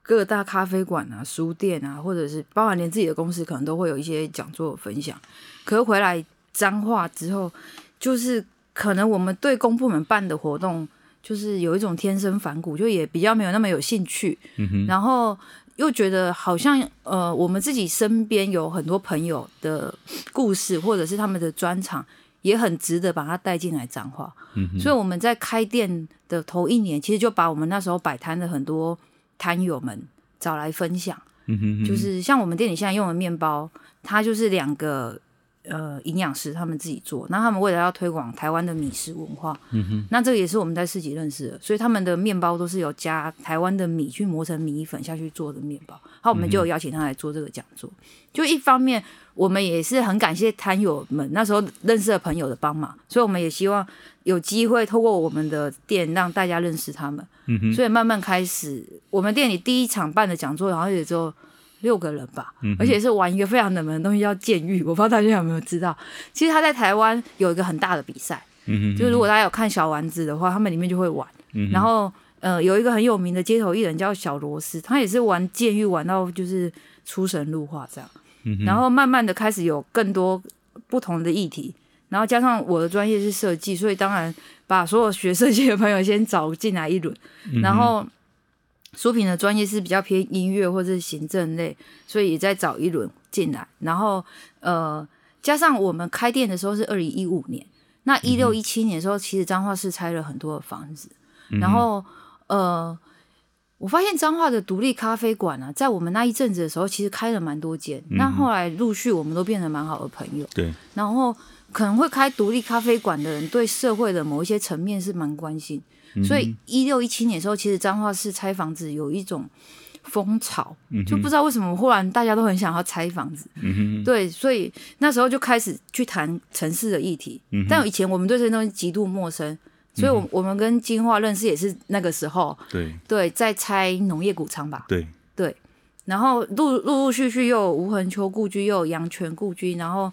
Speaker 2: 各大咖啡馆啊、书店啊，或者是包含连自己的公司，可能都会有一些讲座分享。可是回来彰化之后，就是可能我们对公部门办的活动，就是有一种天生反骨，就也比较没有那么有兴趣。
Speaker 1: 嗯
Speaker 2: 然后又觉得好像呃，我们自己身边有很多朋友的故事，或者是他们的专场，也很值得把它带进来彰化。所以我们在开店的头一年，其实就把我们那时候摆摊的很多摊友们找来分享。
Speaker 1: 嗯哼哼，
Speaker 2: 就是像我们店里现在用的面包，它就是两个呃营养师他们自己做，那他们为了要推广台湾的米食文化，嗯哼，那这个也是我们在市集认识的，所以他们的面包都是有加台湾的米去磨成米粉下去做的面包，好，我们
Speaker 1: 嗯
Speaker 2: 就有邀请他来做这个讲座，就一方面。我们也是很感谢摊友们那时候认识的朋友的帮忙，所以我们也希望有机会透过我们的店让大家认识他们。
Speaker 1: 嗯哼
Speaker 2: 所以慢慢开始，我们店里第一场办的讲座，好像也只有六个人吧，而且是玩一个非常冷门的东西叫监狱，我不知道大家有没有知道。其实他在台湾有一个很大的比赛，
Speaker 1: 嗯哼
Speaker 2: 就是如果大家有看小丸子的话，他们里面就会玩。然后呃，有一个很有名的街头艺人叫小罗斯，他也是玩监狱玩到就是出神入化这样。
Speaker 1: 嗯
Speaker 2: 然后慢慢的开始有更多不同的议题，然后加上我的专业是设计，所以当然把所有学设计的朋友先找进来一轮，
Speaker 1: 嗯
Speaker 2: 然后。书品的专业是比较偏音乐或者是行政类，所以也在找一轮进来。然后，呃，加上我们开店的时候是二零一五年，那一六一七年的时候，其实彰化市拆了很多的房子，然后呃，我发现彰化的独立咖啡馆啊，在我们那一阵子的时候，其实开了蛮多间。那后来陆续我们都变得蛮好的朋友，
Speaker 1: 对，
Speaker 2: 然后可能会开独立咖啡馆的人，对社会的某一些层面是蛮关心。所以一六一七年的时候，其实彰化市拆房子有一种风潮，就不知道为什么忽然大家都很想要拆房子。对，所以那时候就开始去谈城市的议题。但以前我们对这些东西极度陌生，所以我我们跟金化认识也是那个时候，
Speaker 1: 对，
Speaker 2: 对，在拆农业谷仓吧。
Speaker 1: 对，
Speaker 2: 然后陆陆陆续续又有无痕丘故居，又有阳泉故居，然后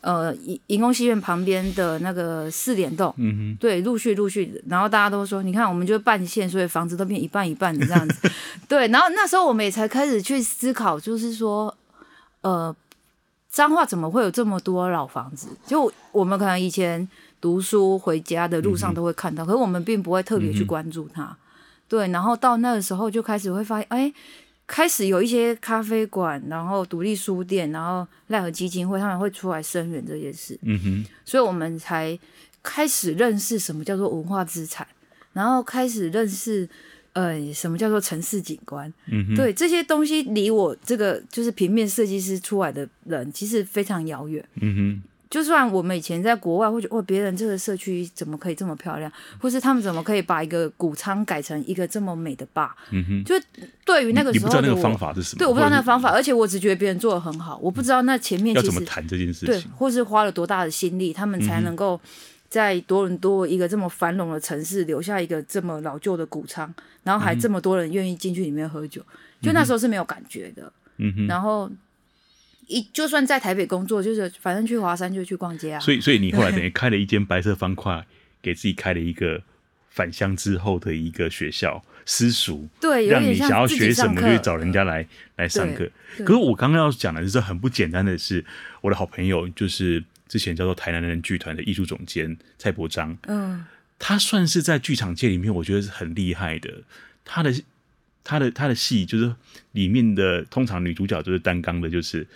Speaker 2: 呃，银银工戏院旁边的那个四联洞，
Speaker 1: 嗯
Speaker 2: 对，陆续陆续，然后大家都说，你看我们就半线，所以房子都变一半一半的这样子， 对，然后那时候我们也才开始去思考，就是说，呃，彰化怎么会有这么多老房子？就我们可能以前读书回家的路上都会看到，可是我们并不会特别去关注它，对，然后到那个时候就开始会发现，哎。开始有一些咖啡馆，然后独立书店，然后赖和基金会，他们会出来声援这件事，
Speaker 1: 哼，嗯哼，
Speaker 2: 所以我们才开始认识什么叫做文化资产，然后开始认识呃什么叫做城市景观。
Speaker 1: 嗯哼，
Speaker 2: 对这些东西，离我这个就是平面设计师出来的人，其实非常遥远。
Speaker 1: 嗯
Speaker 2: 就算我们以前在国外会觉得，哇，哦别人这个社区怎么可以这么漂亮，或是他们怎么可以把一个谷仓改成一个这么美的坝？
Speaker 1: 哼，嗯哼，
Speaker 2: 就对于那个
Speaker 1: 你
Speaker 2: 时
Speaker 1: 不
Speaker 2: 候
Speaker 1: 知道
Speaker 2: 的
Speaker 1: 那个
Speaker 2: 我
Speaker 1: 方，法是什么，
Speaker 2: 对，我不知道那个
Speaker 1: 或
Speaker 2: 方法，而且我只觉得别人做的很好，我不知道那前面
Speaker 1: 者
Speaker 2: 其
Speaker 1: 是要怎么
Speaker 2: 实
Speaker 1: 谈这件事
Speaker 2: 对
Speaker 1: 情，，嗯
Speaker 2: 或是花了多大的心力，他们才能够在多伦多一个这么繁荣的城市留下一个这么老旧的谷仓，然
Speaker 1: 嗯
Speaker 2: 后还这么多人愿意进去里面喝酒，就那时候是没有感觉的。
Speaker 1: 嗯哼。
Speaker 2: 然后一就算在台北工作，就是反正去华山就去逛街啊，
Speaker 1: 所以，所以你后来等于开了一间白色方块，给自己开了一个返乡之后的一个学校私塾，
Speaker 2: 对，有
Speaker 1: 让你
Speaker 2: 点像
Speaker 1: 想要
Speaker 2: 自
Speaker 1: 学
Speaker 2: 己
Speaker 1: 什
Speaker 2: 上
Speaker 1: 么
Speaker 2: 课嗯
Speaker 1: 就去找人家来来上课
Speaker 2: 对。对
Speaker 1: 可是我刚刚要讲的就是很不简单的是，我的好朋友就是之前叫做台南人剧团的艺术总监蔡伯章，
Speaker 2: 嗯，
Speaker 1: 他算是在剧场界里面我觉得是很厉害的。他的他的他的戏就是里面的通常女主角就是担纲的，就是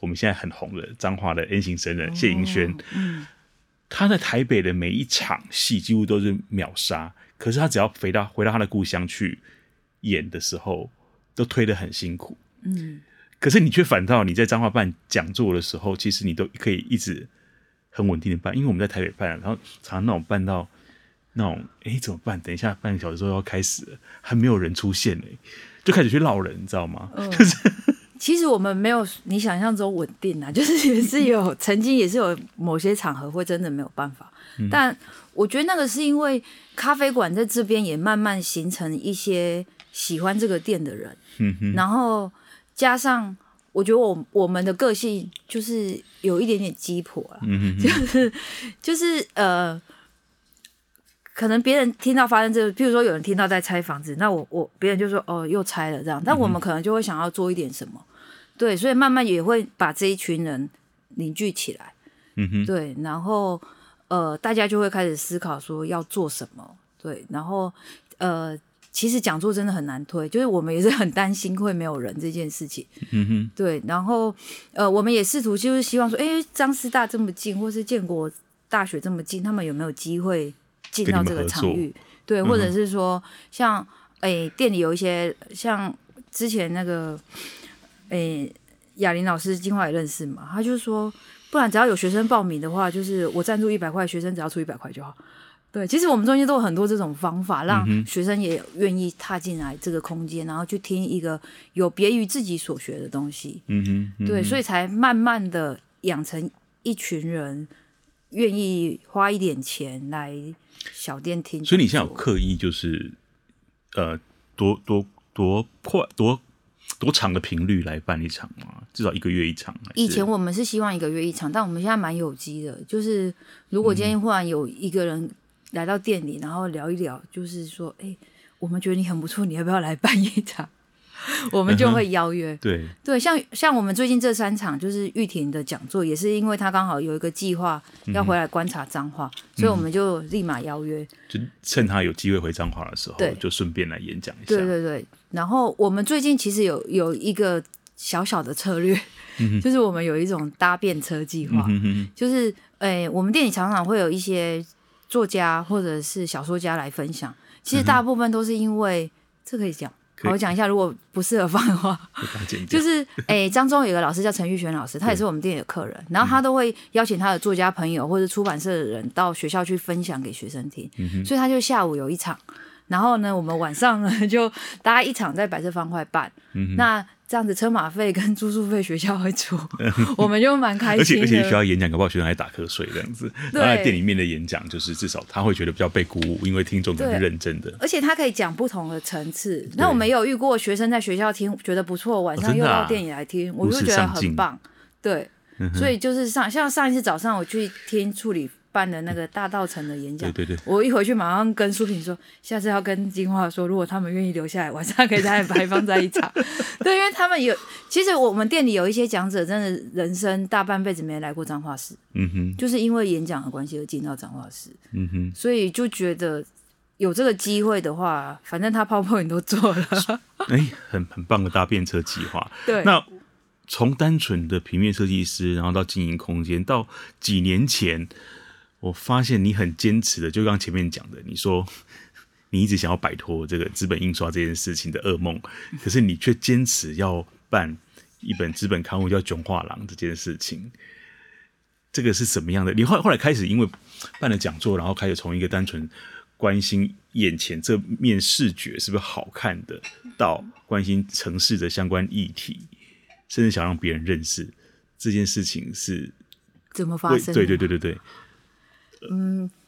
Speaker 1: 我们现在很红的彰化的 N 型神人谢盈萱。
Speaker 2: 嗯，
Speaker 1: 他在台北的每一场戏几乎都是秒杀，可是他只要回到回到他的故乡去演的时候，都推得很辛苦。
Speaker 2: 嗯，
Speaker 1: 可是你却反倒你在彰化办讲座的时候，其实你都可以一直很稳定的办，因为我们在台北办，然后常常那种办到那种哎、诶怎么办？等一下半个小时之后要开始了，还没有人出现呢、就开始去闹人，你知道吗？
Speaker 2: 其实我们没有你想象中稳定啊， 就是也是有曾经也是有某些场合会真的没有办法，
Speaker 1: 嗯
Speaker 2: 但我觉得那个是因为咖啡馆在这边也慢慢形成一些喜欢这个店的人，
Speaker 1: 嗯哼，
Speaker 2: 然后加上我觉得我我们的个性就是有一点点鸡婆啦，
Speaker 1: 嗯哼，
Speaker 2: 就是呃，可能别人听到发生这个，譬如说有人听到在拆房子，那我我别人就说哦又拆了这样，但我
Speaker 1: 嗯
Speaker 2: 们可能就会想要做一点什么，对，所以慢慢也会把这一群人凝聚起来，
Speaker 1: 嗯哼，
Speaker 2: 对，然后呃大家就会开始思考说要做什么，对，然后呃。其实讲座真的很难推，就是我们也是很担心会没有人这件事情。
Speaker 1: 嗯哼，
Speaker 2: 对，然后呃，我们也试图就是希望说，哎，张师大这么近，或是建国大学这么近，他们有没有机会进
Speaker 1: 跟你
Speaker 2: 到
Speaker 1: 们
Speaker 2: 这个
Speaker 1: 合
Speaker 2: 场
Speaker 1: 作嗯
Speaker 2: 域？对，或者是说像哎店里有一些像之前那个哎雅玲老师，金华也认识嘛，他就说，不然只要有学生报名的话，就是我赞助一百块，学生只要出一百块就好。对，其实我们中间都有很多这种方法，让
Speaker 1: 嗯
Speaker 2: 学生也愿意踏进来这个空间，然后去听一个有别于自己所学的东西。
Speaker 1: 嗯哼，嗯哼
Speaker 2: 对，所以才慢慢的养成一群人愿意花一点钱来小店听讲座。
Speaker 1: 所以你现在有刻意就是，呃，多多多快多多长的频率来办一场吗？至少一个月一场还是。
Speaker 2: 以前我们是希望一个月一场，但我们现在蛮有机的，就是
Speaker 1: 嗯
Speaker 2: 如果今天忽然有一个人来到店里，然后聊一聊，就是说，哎、我们觉得你很不错，你要不要来办一场？ 我们
Speaker 1: 嗯
Speaker 2: 就会邀约。
Speaker 1: 对，
Speaker 2: 对，像像我们最近这三场就是玉婷的讲座，也是因为她刚好有一个计划
Speaker 1: 嗯
Speaker 2: 要回来观察彰化，所以我们就立马邀约。
Speaker 1: 就趁他有机会回彰化的时候
Speaker 2: 对，
Speaker 1: 啊就顺便来演讲一下。
Speaker 2: 对对对，然后我们最近其实有有一个小小的策略，就是我们有一种搭便车计划，
Speaker 1: 嗯哼
Speaker 2: 就是诶、我们店里常常会有一些作家或者是小说家来分享，其实大部分都是因为、这可以讲，
Speaker 1: 嗯可以
Speaker 2: 好我讲一下，如果不适合放的话，
Speaker 1: 哼，把它剪掉
Speaker 2: 就。是诶，张中有一个老师叫陈玉璇老师，他也是我们店里的客人，然后他都会邀请他的作家朋友或者出版社的人到学校去分享给学生听，
Speaker 1: 嗯
Speaker 2: 所以他就下午有一场，然后呢，我们晚上呢就大家一场在白色方块办，
Speaker 1: 嗯
Speaker 2: 那这样子车马费跟住宿费学校 会出，我们就蛮开
Speaker 1: 而且
Speaker 2: 心
Speaker 1: 而且学
Speaker 2: 的。
Speaker 1: 校演讲，搞不好学生还打瞌睡这样子。
Speaker 2: 对
Speaker 1: 然后在店里面的演讲，就是至少他会觉得比较被鼓舞，因为听众可能是
Speaker 2: 对
Speaker 1: 认真的。
Speaker 2: 而且他可以讲不同的层次，那我们也有遇过学生在学校听觉得不错，晚
Speaker 1: 哦
Speaker 2: 上
Speaker 1: 真
Speaker 2: 又
Speaker 1: 的啊
Speaker 2: 到店里来听，我
Speaker 1: 如
Speaker 2: 就
Speaker 1: 此
Speaker 2: 觉得
Speaker 1: 上进嗯
Speaker 2: 很棒。对，所以就是上像上一次早上我去听处理办的那个大道城的演讲
Speaker 1: 对，对对，
Speaker 2: 我一回去马上跟苏萍说，下次要跟金花说，如果他们愿意留下来，晚上可以再白放在一 场。对，因为他们有，其实我们店里有一些讲者，真的人生大半辈子没来过彰化市，
Speaker 1: 嗯哼，
Speaker 2: 就是因为演讲的关系而进到彰化市，
Speaker 1: 嗯哼。
Speaker 2: 所以就觉得有这个机会的话，反正他 PowerPoint 都做了，
Speaker 1: 哎、很很棒的搭便车计划。
Speaker 2: 对，
Speaker 1: 那从单纯的平面设计师，然后到经营空间，到几年前，我发现你很坚持的，就刚前面讲的，你说 你一直想要摆脱这个资本印刷这件事情的噩梦，可是你却坚持要办一本资本刊物叫《囧画廊》这件事情。这个是什么样的？你后后来开始因为办了讲座，然后开始从一个单纯关心眼前这面视觉是不是好看的，到关心城市的相关议题，甚至想让别人认识这件事情是
Speaker 2: 怎么发
Speaker 1: 为
Speaker 2: 生的？
Speaker 1: 对对对对对，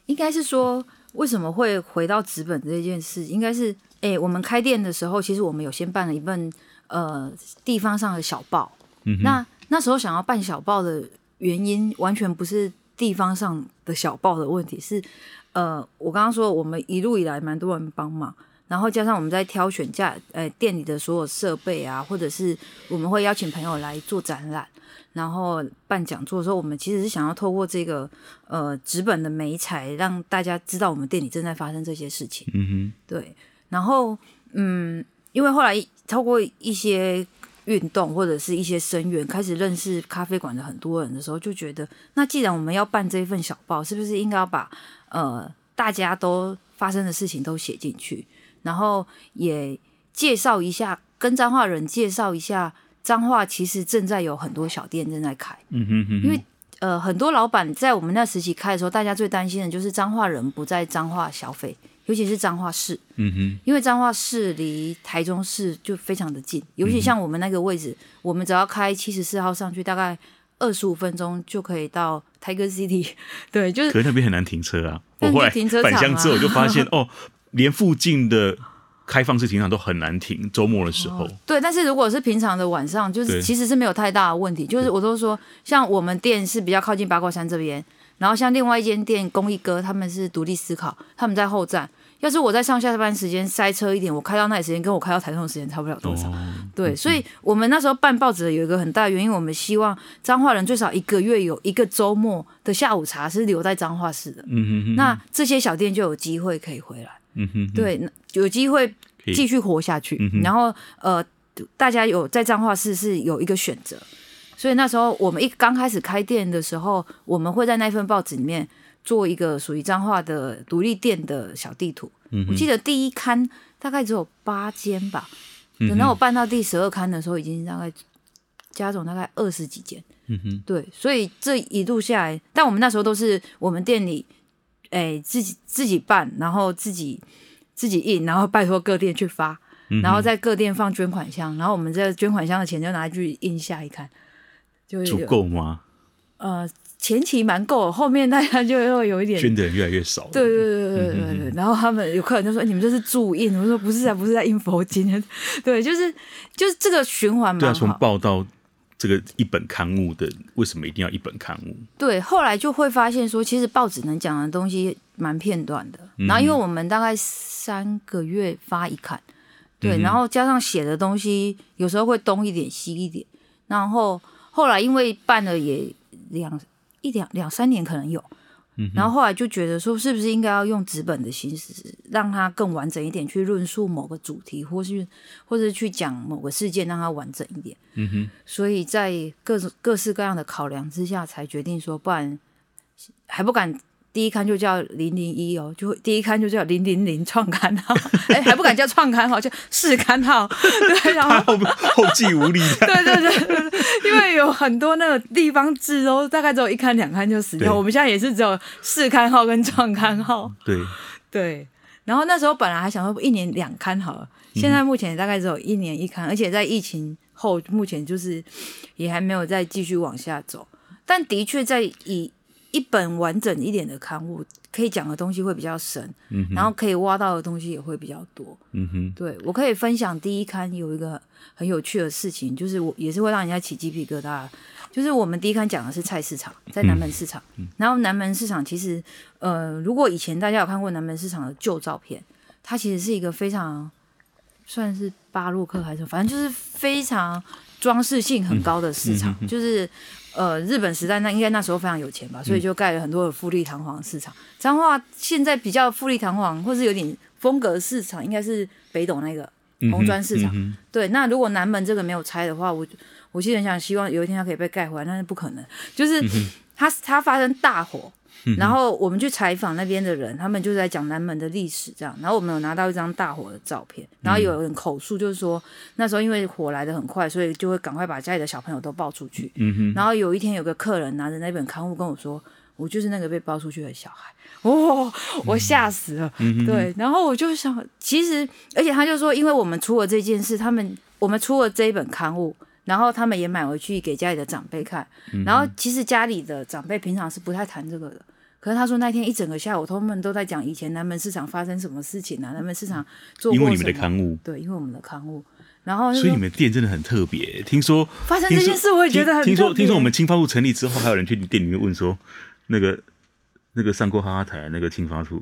Speaker 2: 应该是说，为什么会回到纸本这件事？应该是，哎、我们开店的时候，其实我们有先办了一份呃地方上的小报。嗯、那那时候想要办小报的原因，完全不是地方上的小报的问题，是呃，我刚刚说我们一路以来蛮多人帮忙。然后加上我们在挑选价，呃，店里的所有设备啊，或者是我们会邀请朋友来做展览，然后办讲座的时候，我们其实是想要透过这个呃纸本的媒材，让大家知道我们店里正在发生这些事情。
Speaker 1: 嗯
Speaker 2: 对，然后嗯，因为后来透过一些运动或者是一些声援，开始认识咖啡馆的很多人的时候，就觉得那既然我们要办这一份小报，是不是应该要把呃大家都发生的事情都写进去，然后也介绍一下，跟彰化人介绍一下。彰化其实正在有很多小店正在开，
Speaker 1: 哼，嗯哼哼，
Speaker 2: 因为呃，很多老板在我们那时期开的时候，大家最担心的就是彰化人不在彰化消费，尤其是彰化市，
Speaker 1: 嗯哼，
Speaker 2: 因为彰化市离台中市就非常的近，尤其像我们那个位置，我们只要开七十四号上去，大概二十五分钟就可以到 Tiger City，对， 就是
Speaker 1: 可是那边很难停车啊。我
Speaker 2: 但
Speaker 1: 后来
Speaker 2: 就停车场
Speaker 1: 返
Speaker 2: 啊
Speaker 1: 乡之后，我就发 现哦，连附近的开放式停车场都很难停，周末的时候，
Speaker 2: 对，但是如果是平常的晚上，就
Speaker 1: 对
Speaker 2: 是其实是没有太大的问题。就是我都说，像我们店是比较靠近八卦山这边，然后像另外一间店公益哥他们是独立思考，他们在后站。要是我在上下班时间塞车一点，我开到那里时间跟我开到台中的时间差不了多少。啊
Speaker 1: 哦，
Speaker 2: 对，所以我们那时候办报纸的有一个很大的原因，我们希望彰化人最少一个月有一个周末的下午茶是留在彰化市的。
Speaker 1: 嗯哼哼，
Speaker 2: 那这些小店就有机会可以回来。
Speaker 1: 嗯哼哼，
Speaker 2: 对，那有机会
Speaker 1: 可以嗯
Speaker 2: 继续活下去。然后呃，大家有在彰化市是有一个选择，所以那时候我们一刚开始开店的时候，我们会在那份报纸里面做一个属于彰化的独立店的小地图。
Speaker 1: 嗯
Speaker 2: 我记得第一刊大概只有八间吧，
Speaker 1: 嗯哼
Speaker 2: 等到我办到第十二刊的时候，已经大概加总大概二十几间。
Speaker 1: 嗯哼，
Speaker 2: 对，所以这一路下来，但我们那时候都是我们店里，哎、自己自己办，然后自己自己印，然后拜托各店去发，
Speaker 1: 嗯
Speaker 2: 然后在各店放捐款箱，然后我们这捐款箱的钱就拿去印下一看，就
Speaker 1: 足
Speaker 2: 有
Speaker 1: 够吗？
Speaker 2: 呃前期蛮够，后面大家就会有一点。
Speaker 1: 捐的人越来越少了。啊
Speaker 2: 对对对对对对对，然后他们有客人就说：“哎你们这是注印。”我说：“不是啊，不是在印佛经。” 对，就是就是这个循环
Speaker 1: 对啊，
Speaker 2: 蛮
Speaker 1: 从
Speaker 2: 好。
Speaker 1: 报到这个一本刊物的，为什么一定要一本刊 物？
Speaker 2: 对，后来就会发现说，其实报纸能讲的东西蛮片段的。
Speaker 1: 嗯
Speaker 2: 然后因为我们大概三个月发一看，
Speaker 1: 嗯
Speaker 2: 对，然后加上写的东西，有时候会东一点西一点。然后后来因为办了也两一两两三年可能有，
Speaker 1: 嗯
Speaker 2: 然后后来就觉得说，是不是应该要用纸本的形式，让它更完整一点，去论述某个主题，或是或是去讲某个事件，让它完整一点。
Speaker 1: 嗯哼，
Speaker 2: 所以在各种各式各样的考量之下，才决定说，不然还不敢第一刊就叫零零一哦，就第一刊就叫零零零创刊号， 哎、还不敢叫创刊号，叫试刊号。 对，然后
Speaker 1: 后后继无力的。
Speaker 2: 对对对对对，因为有很多那个地方字都大概只有一刊两刊就死
Speaker 1: 对嗯
Speaker 2: 掉，我们现在也是只有试刊号跟创刊号。
Speaker 1: 对，
Speaker 2: 对，然后那时候本来还想说一年两刊好了，
Speaker 1: 嗯
Speaker 2: 现在目前大概只有一年一刊，而且在疫情后，目前就是也还没有再继续往下走。但的确，在以一本完整一点的刊物，可以讲的东西会比较深，
Speaker 1: 嗯
Speaker 2: 然后可以挖到的东西也会比较多。
Speaker 1: 嗯哼，
Speaker 2: 对我可以分享第一刊有一个很有趣的事情，就是我也是会让人家起鸡皮疙瘩。就是我们第一刊讲的是菜市场，在南门市场。然后南门市场其实，呃，如果以前大家有看过南门市场的旧照片，它其实是一个非常算是巴洛克还是什么反正就是非常装饰性
Speaker 1: 嗯
Speaker 2: 很高的市场，就是呃日本时代那应该那时候非常有钱吧，
Speaker 1: 嗯
Speaker 2: 所以就盖了很多的富丽堂皇的市场。彰化现在比较富丽堂皇，或是有点风格的市场，应该是北斗那个
Speaker 1: 嗯哼
Speaker 2: 红砖市场。
Speaker 1: 嗯哼
Speaker 2: 对，那如果南门这个没有拆的话，我我其实很想希望有一天它可以被盖回来，但是不可能。就是
Speaker 1: 嗯
Speaker 2: 它它发生大火，然后我们去采访那边的人，他们就在讲南门的历史这样。然后我们有拿到一张大火的照片，然后有人口述就是说，那时候因为火来的很快，所以就会赶快把家里的小朋友都抱出去。
Speaker 1: 嗯
Speaker 2: 然后有一天有个客人拿着那本刊物跟我说。我就是那个被抱出去的小孩，哦，
Speaker 1: 嗯
Speaker 2: 我吓死了。对，然后我就想，其实，而且他就说，因为我们出了这件事，他们我们出了这一本刊物，然后他们也买回去给家里的长辈看。
Speaker 1: 嗯
Speaker 2: 然后其实家里的长辈平常是不太谈这个的，可是他说那天一整个下午，他们都在讲以前南门市场发生什么事情啊，南门市场做
Speaker 1: 哼，
Speaker 2: 过
Speaker 1: 嗯因
Speaker 2: 什么。
Speaker 1: 为你们的刊物，
Speaker 2: 对，因为我们的刊物，然后就
Speaker 1: 所以
Speaker 2: 说
Speaker 1: 你们店真的很特别。听说
Speaker 2: 嗯发生
Speaker 1: 听
Speaker 2: 这
Speaker 1: 说
Speaker 2: 件事，我也觉得很
Speaker 1: 听听
Speaker 2: 特
Speaker 1: 说
Speaker 2: 别
Speaker 1: 听说我们青发处成立之后，还有人去你店里面问说，那个那个上过哈哈台那个青发处，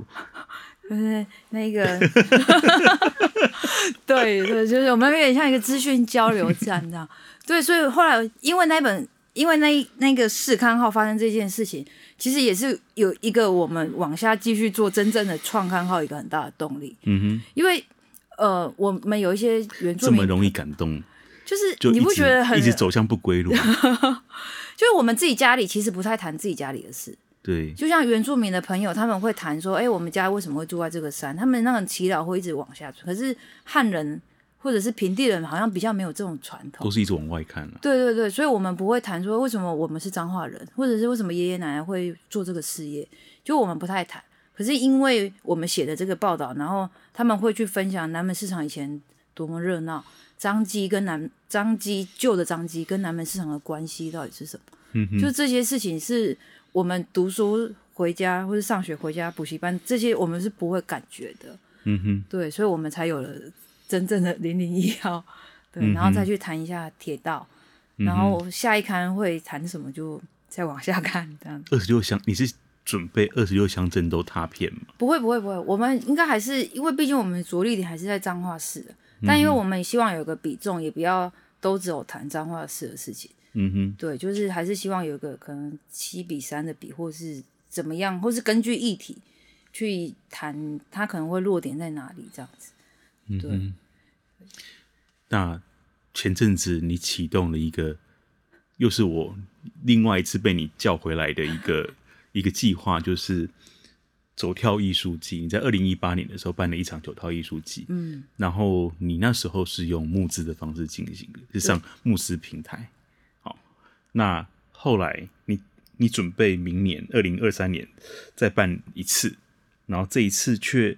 Speaker 2: 就是那 个， 对对，就是我们有点像一个资讯交流站这样。对，所以后来因为那本，因为那一那个试刊号发生这件事情，其实也是有一个我们往下继续做真正的创刊号一个很大的动力，
Speaker 1: 嗯哼，
Speaker 2: 因为呃，我们有一些原住
Speaker 1: 这么
Speaker 2: 民，
Speaker 1: 容易感动，
Speaker 2: 就是
Speaker 1: 就
Speaker 2: 你
Speaker 1: 一
Speaker 2: 不
Speaker 1: 直
Speaker 2: 觉得很，
Speaker 1: 一直
Speaker 2: 就
Speaker 1: 走向不 归路？
Speaker 2: 是我们自己家里其实不太谈自己家里的事，
Speaker 1: 对，
Speaker 2: 就像原住民的朋友，他们会谈说，哎、我们家为什么会住在这个山？他们那种祈祷会一直往下传，可是汉人或者是平地人好像比较没有这种传统
Speaker 1: 都。是一直往外看啊了、
Speaker 2: 对对对，所以我们不会谈说为什么我们是彰化人，或者是为什么爷爷奶奶会做这个事业，就我们不太谈。可是因为我们写的这个报道，然后他们会去分享南门市场以前多么热闹，张基跟南张基旧的张基跟南门市场的关系到底是什么？
Speaker 1: 嗯哼，
Speaker 2: 就这些事情是我们读书回家或者上学回家补习班这些，我们是不会感觉的。
Speaker 1: 嗯哼，
Speaker 2: 对，所以我们才有了真正的零零一号，对，然后再去谈一下铁道，然后下一刊会谈什么就再往下看，这样子。
Speaker 1: 二十六乡，你是准备二十六乡镇都踏遍吗？
Speaker 2: 不会不会不会，我们应该还是因为毕竟我们着力点还是在彰化市的，但因为我们也希望有个比重，也不要都只有谈彰化市的事情。
Speaker 1: 嗯哼，
Speaker 2: 对，就是还是希望有一个可能七比三的比，或是怎么样，或是根据议题去谈它可能会落点在哪里这样子。对，
Speaker 1: 那前阵子你启动了一个，又是我另外一次被你叫回来的一个一个计划，就是走跳艺术季。你在二零一八年的时候办了一场走跳艺术季，
Speaker 2: 嗯，
Speaker 1: 然后你那时候是用募资的方式进行的，是上募资平台。好，那后来你你准备明年二零二三年再办一次，然后这一次却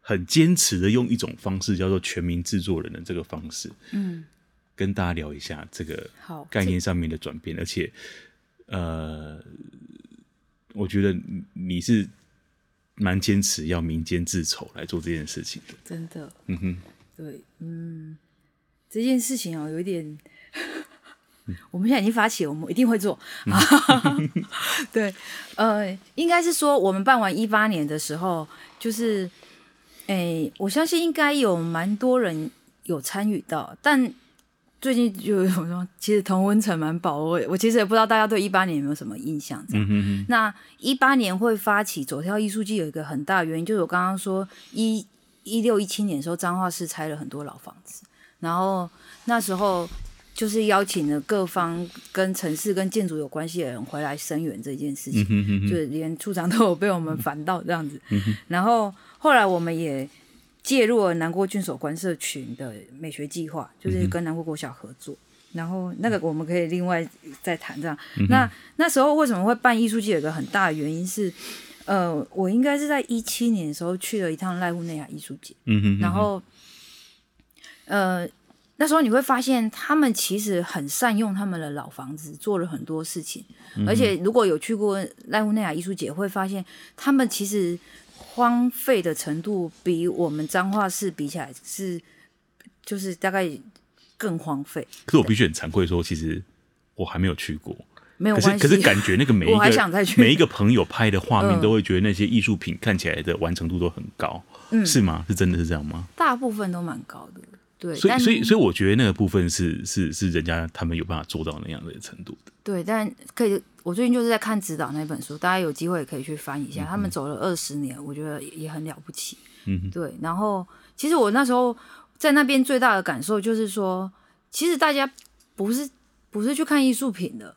Speaker 1: 很坚持的用一种方式叫做全民制作人的这个方式，
Speaker 2: 嗯，
Speaker 1: 跟大家聊一下这个
Speaker 2: 好
Speaker 1: 概念上面的转变，而且呃，我觉得你你是蛮坚持要民间自筹来做这件事情的，
Speaker 2: 真的，
Speaker 1: 嗯哼，
Speaker 2: 对，嗯，这件事情哦，有一点，
Speaker 1: 嗯
Speaker 2: 我们现在已经发起了，我们一定会做。 对，呃，应该是说我们办完一八年的时候，就是，诶，我相信应该有蛮多人有参与到，但最近就有说，其实同温层蛮薄，我我其实也不知道大家对一八年有没有什么印象。
Speaker 1: 嗯
Speaker 2: 这样，那一八年会发起走跳艺术季有一个很大的原因，就是我刚刚说一一六一七年的时候，彰化市拆了很多老房子，然后那时候就是邀请了各方跟城市跟建筑有关系的人回来声援这件事情，就是连处长都有被我们烦到这样子。 然后后来我们也介入了南郭郡守官社群的美学计划，就是跟南郭国小合作。然后那个我们可以另外再谈这样。那那时候为什么会办艺术季？有一个很大的原因是，呃，我应该是在一七年的时候去了一趟濑户内海艺术节，
Speaker 1: 嗯哼，
Speaker 2: 然后，呃，那时候你会发现他们其实很善用他们的老房子，做了很多事情。
Speaker 1: 嗯
Speaker 2: 而且如果有去过濑户内海艺术节，会发现他们其实荒废的程度比我们彰化市比起来是，就是大概更荒废。
Speaker 1: 可是我必须很惭愧地说，其实我还没有去过。
Speaker 2: 没有
Speaker 1: 可
Speaker 2: 关
Speaker 1: 是
Speaker 2: 系，
Speaker 1: 可是感觉那个每一
Speaker 2: 我还想再
Speaker 1: 个
Speaker 2: 去
Speaker 1: 每一个朋友拍的画面，
Speaker 2: 嗯
Speaker 1: 都会觉得那些艺术品看起来的完成度都很高，
Speaker 2: 嗯
Speaker 1: 是吗？是真的是这样吗？
Speaker 2: 大部分都蛮高的。对，
Speaker 1: 所以
Speaker 2: 但
Speaker 1: 所以所以我觉得那个部分是是是人家他们有办法做到那样的程度的。
Speaker 2: 对，但可以，我最近就是在看指导那本书，大家有机会也可以去翻一下。
Speaker 1: 嗯
Speaker 2: 他们走了二十年，我觉得也很了不起。嗯，对。然后，其实我那时候在那边最大的感受就是说，其实大家不是不是去看艺术品的，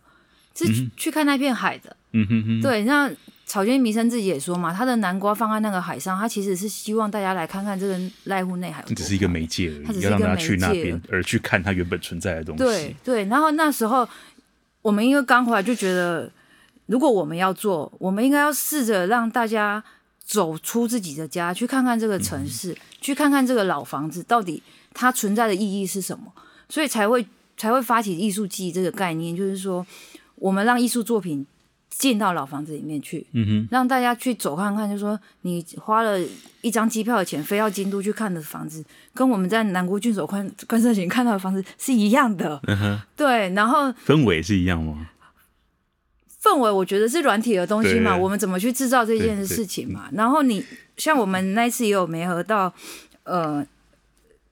Speaker 2: 是去去看那片海的。
Speaker 1: 嗯哼哼，
Speaker 2: 对，那草间弥生自己也说嘛，他的南瓜放在那个海上，他其实是希望大家来看看这个濑户内海有多
Speaker 1: 只是一个
Speaker 2: 漂亮
Speaker 1: 媒介
Speaker 2: 它
Speaker 1: 而
Speaker 2: 只
Speaker 1: 已，
Speaker 2: 是
Speaker 1: 要
Speaker 2: 一个
Speaker 1: 让大家去那
Speaker 2: 媒
Speaker 1: 边
Speaker 2: 介
Speaker 1: 而去看它原本存在的东西。
Speaker 2: 对对，然后那时候我们因为刚回来就觉得，如果我们要做，我们应该要试着让大家走出自己的家，去看看这个城
Speaker 1: 嗯
Speaker 2: 市，去看看这个老房子到底它存在的意义是什么，所以才会才会发起艺术季这个概念，就是说我们让艺术作品进到老房子里面去，
Speaker 1: 嗯哼，
Speaker 2: 让大家去走看看，就说你花了一张机票的钱飞到京都去看的房子，跟我们在南国郡守观观测前看到的房子是一样的。
Speaker 1: 嗯哼，
Speaker 2: 对，然后
Speaker 1: 氛围是一样吗？
Speaker 2: 氛围我觉得是软体的东西嘛，
Speaker 1: 对嗯
Speaker 2: 我们怎么去制造这件事情嘛？然后你像我们那一次也有没合到，呃，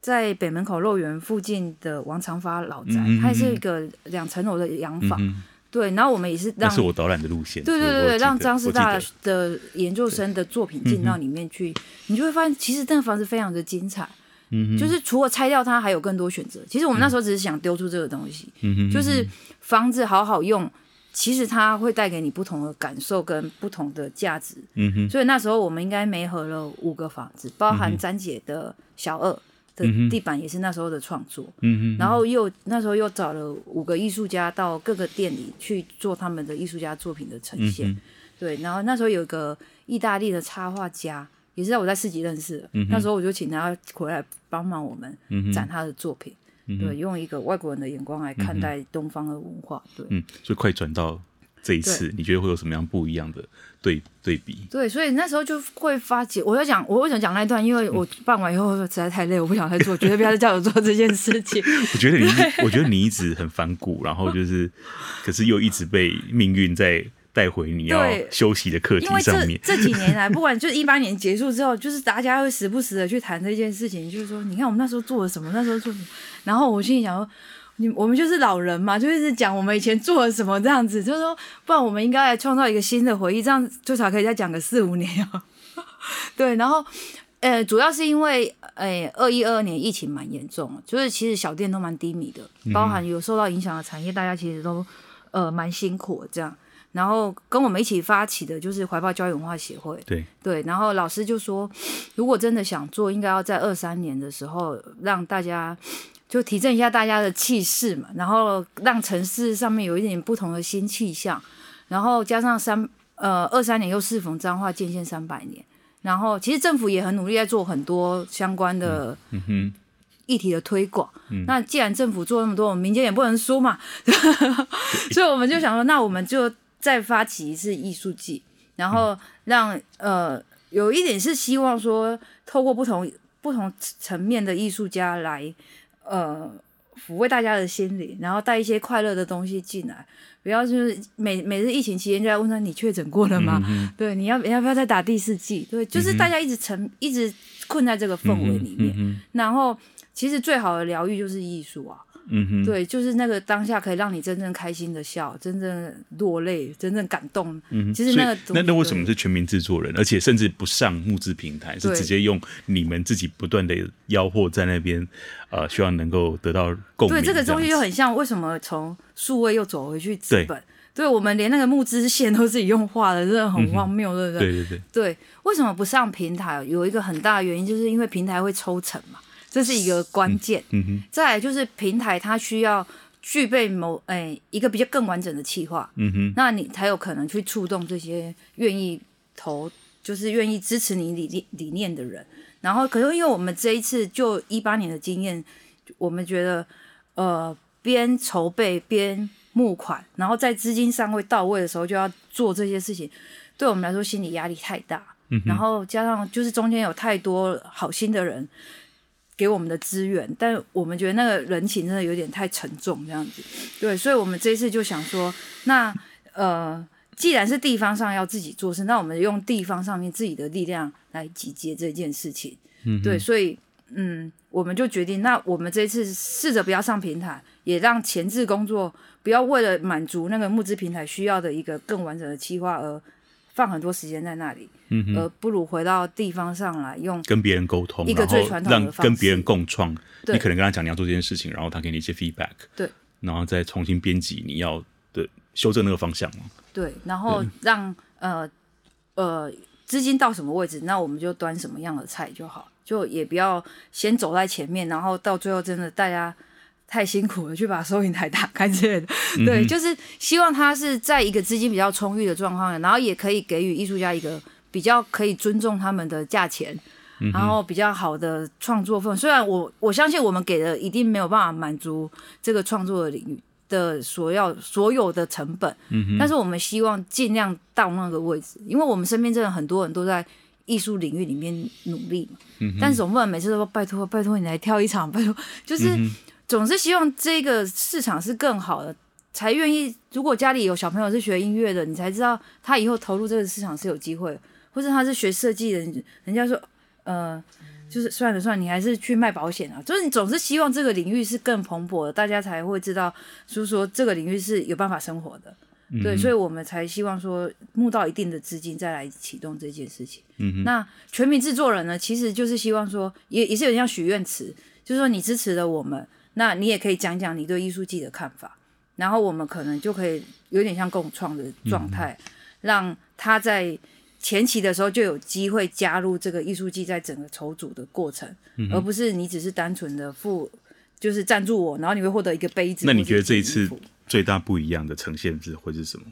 Speaker 2: 在北门口肉园附近的王长发老宅，
Speaker 1: 嗯嗯嗯
Speaker 2: 它也是一个两层楼的洋
Speaker 1: 嗯
Speaker 2: 房。
Speaker 1: 哼，
Speaker 2: 对，然后我们也是
Speaker 1: 那
Speaker 2: 让
Speaker 1: 是我导览的路线。
Speaker 2: 对对
Speaker 1: 我
Speaker 2: 对
Speaker 1: 我
Speaker 2: 对，
Speaker 1: 记
Speaker 2: 让
Speaker 1: 得
Speaker 2: 张师
Speaker 1: 我记
Speaker 2: 大
Speaker 1: 得嗯
Speaker 2: 的研究生的作品进到里面去，你就会发现，其实那个房子非常的精彩。
Speaker 1: 嗯
Speaker 2: 就是除了拆掉它，还有更多选择。其实我们那时候只是想丢出这个东西，
Speaker 1: 嗯哼，
Speaker 2: 就是房子好好用，其实它会带给你不同的感受跟不同的价值。
Speaker 1: 嗯哼，
Speaker 2: 所以那时候我们应该没合了五个房子，包
Speaker 1: 嗯
Speaker 2: 含詹姐的小二的地板也是那时候的创作。
Speaker 1: 嗯哼，
Speaker 2: 然后又那时候又找了五个艺术家到各个店里去做他们的艺术家作品的呈
Speaker 1: 嗯
Speaker 2: 现，对。然后那时候有一个意大利的插画家，也是在我在市集认识
Speaker 1: 嗯
Speaker 2: 的，那时候我就请他回来帮忙我们展他的作品，
Speaker 1: 嗯
Speaker 2: 对，用一个外国人的眼光来看待东方的文化，对。
Speaker 1: 嗯，所以快转到这一次，你觉得会有什么样不一样的对对比？
Speaker 2: 对，所以那时候就会发觉，我要讲，我为什么讲那一段？因为我办完以后实在太累，我不想再做，绝对不要再叫我做这件事情。
Speaker 1: 我觉得你，我觉得你一直很反骨，然后就是，可是又一直被命运在带回你要
Speaker 2: 对
Speaker 1: 休息的课题
Speaker 2: 因为
Speaker 1: 上
Speaker 2: 这
Speaker 1: 面。
Speaker 2: 这几 年来，不管就是一八年结束之后，就是大家会时不时的去谈这件事情，就是说，你看我们那时候做了什么，那时候做什么。然后我心里想说，你我们就是老人嘛，就一直讲我们以前做了什么这样子，就是说，不然我们应该来创造一个新的回忆，这样最少可以再讲个四五年啊。 对，然后。呃，主要是因为，呃，二一二二年疫情蛮严重的，就是其实小店都蛮低迷的，包含有受到影响的产业，大家其实都呃蛮辛苦的这样。然后跟我们一起发起的就是怀抱教育文化协会，
Speaker 1: 对，
Speaker 2: 对，然后老师就说，如果真的想做，应该要在二三年的时候让大家就提振一下大家的气势嘛，然后让城市上面有一点不同的新气象，然后加上三呃二三年又适逢彰化建县三百年，然后其实政府也很努力在做很多相关的
Speaker 1: 嗯哼，嗯
Speaker 2: 议题的推广。那既然政府做那么多，我们民间也不能输嘛，所以我们就想说，那我们就再发起一次艺术季，然后让呃有一点是希望说，透过不同不同层面的艺术家来呃抚慰大家的心理，然后带一些快乐的东西进来。不要就是每每日疫情期间就在问他你确诊过了吗？
Speaker 1: 嗯
Speaker 2: 对，你要要不要再打第四剂？对，就是大家一直沉、一直困在这个氛围里
Speaker 1: 嗯
Speaker 2: 面。
Speaker 1: 哼，
Speaker 2: 然后其实最好的疗愈就是艺术啊。
Speaker 1: 嗯哼，
Speaker 2: 对，就是那个当下可以让你真正开心的笑，真正落泪，真正感动。
Speaker 1: 嗯哼
Speaker 2: 其实
Speaker 1: 所以
Speaker 2: 那个
Speaker 1: 那那为什
Speaker 2: 么？
Speaker 1: 么是全民制作人，而且甚至不上募资平台，是
Speaker 2: 对
Speaker 1: 直接用你们自己不断的吆喝在那边，呃，希望能够得到共鸣。
Speaker 2: 对，这个东西又
Speaker 1: 样子
Speaker 2: 很像为什么从数位又走回去资
Speaker 1: 对
Speaker 2: 本？对，我们连那个募资线都自己用画的，真的很荒谬，对不对？
Speaker 1: 嗯对对对，
Speaker 2: 对，为什么不上平台？有一个很大的原因，就是因为平台会抽成嘛，这是一个关键。
Speaker 1: 嗯哼，
Speaker 2: 再来就是平台它需要具备某诶、一个比较更完整的企划，
Speaker 1: 嗯哼，
Speaker 2: 那你才有可能去触动这些愿意投，就是愿意支持你理念理念的人。然后，可是因为我们这一次就一八年的经验，我们觉得呃，边筹备边募款，然后在资金尚未到位的时候就要做这些事情，对我们来说心理压力太大。
Speaker 1: 嗯
Speaker 2: 然
Speaker 1: 哼，
Speaker 2: 后加上就是中间有太多好心的人给我们的资源，但我们觉得那个人情真的有点太沉重，这样子。对，所以我们这一次就想说，那呃，既然是地方上要自己做事，那我们用地方上面自己的力量来集结这件事情。
Speaker 1: 嗯哼
Speaker 2: 对，所以嗯，我们就决定，那我们这一次试着不要上平台，也让前置工作不要为了满足那个募资平台需要的一个更完整的计划而放很多时间在那里。
Speaker 1: 嗯哼，
Speaker 2: 而不如回到地方上来用。
Speaker 1: 跟别人沟通，
Speaker 2: 一个
Speaker 1: 然后
Speaker 2: 最传统的
Speaker 1: 让
Speaker 2: 方
Speaker 1: 跟别人
Speaker 2: 式
Speaker 1: 共创。
Speaker 2: 对
Speaker 1: 你可能跟他讲你要做这件事情，然后他给你一些 feedback，
Speaker 2: 对，
Speaker 1: 然后再重新编辑你要的修正那个方向嘛。
Speaker 2: 对，然后让呃呃资金到什么位置，那我们就端什么样的菜就好，就也不要先走在前面，然后到最后真的大家太辛苦了，去把收银台打开之类的。 对，就是希望他是在一个资金比较充裕的状况，然后也可以给予艺术家一个比较可以尊重他们的价钱。然后比较好的创作氛围，虽然我我相信我们给的一定没有办法满足这个创作的领域的所要所有的成本，但是我们希望尽量到那个位置，因为我们身边真的很多人都在艺术领域里面努力嘛。但总不能每次都说拜托拜托你来跳一场，拜托， 就是、总是希望这个市场是更好的，才愿意。如果家里有小朋友是学音乐的，你才知道他以后投入这个市场是有机会的，或者他是学设计的，人人家说呃。就是算了算了，你还是去卖保险啊！就是你总是希望这个领域是更蓬勃的，大家才会知道，就是说这个领域是有办法生活的。
Speaker 1: 嗯
Speaker 2: 对，所以我们才希望说募到一定的资金再来启动这件事情。嗯那全民制作人呢，其实就是希望说，也也是有点像许愿池，就是说你支持了我们，那你也可以讲讲你对艺术季的看法，然后我们可能就可以有点像共创的
Speaker 1: 嗯
Speaker 2: 状态，让他在前期的时候就有机会加入这个艺术季在整个筹组的过程，
Speaker 1: 嗯
Speaker 2: 而不是你只是单纯的付。就是赞助我，然后你会获得一个杯子。
Speaker 1: 那你
Speaker 2: 或者
Speaker 1: 觉得这一
Speaker 2: 件
Speaker 1: 次
Speaker 2: 衣服
Speaker 1: 最大不一样的呈现是会是什么？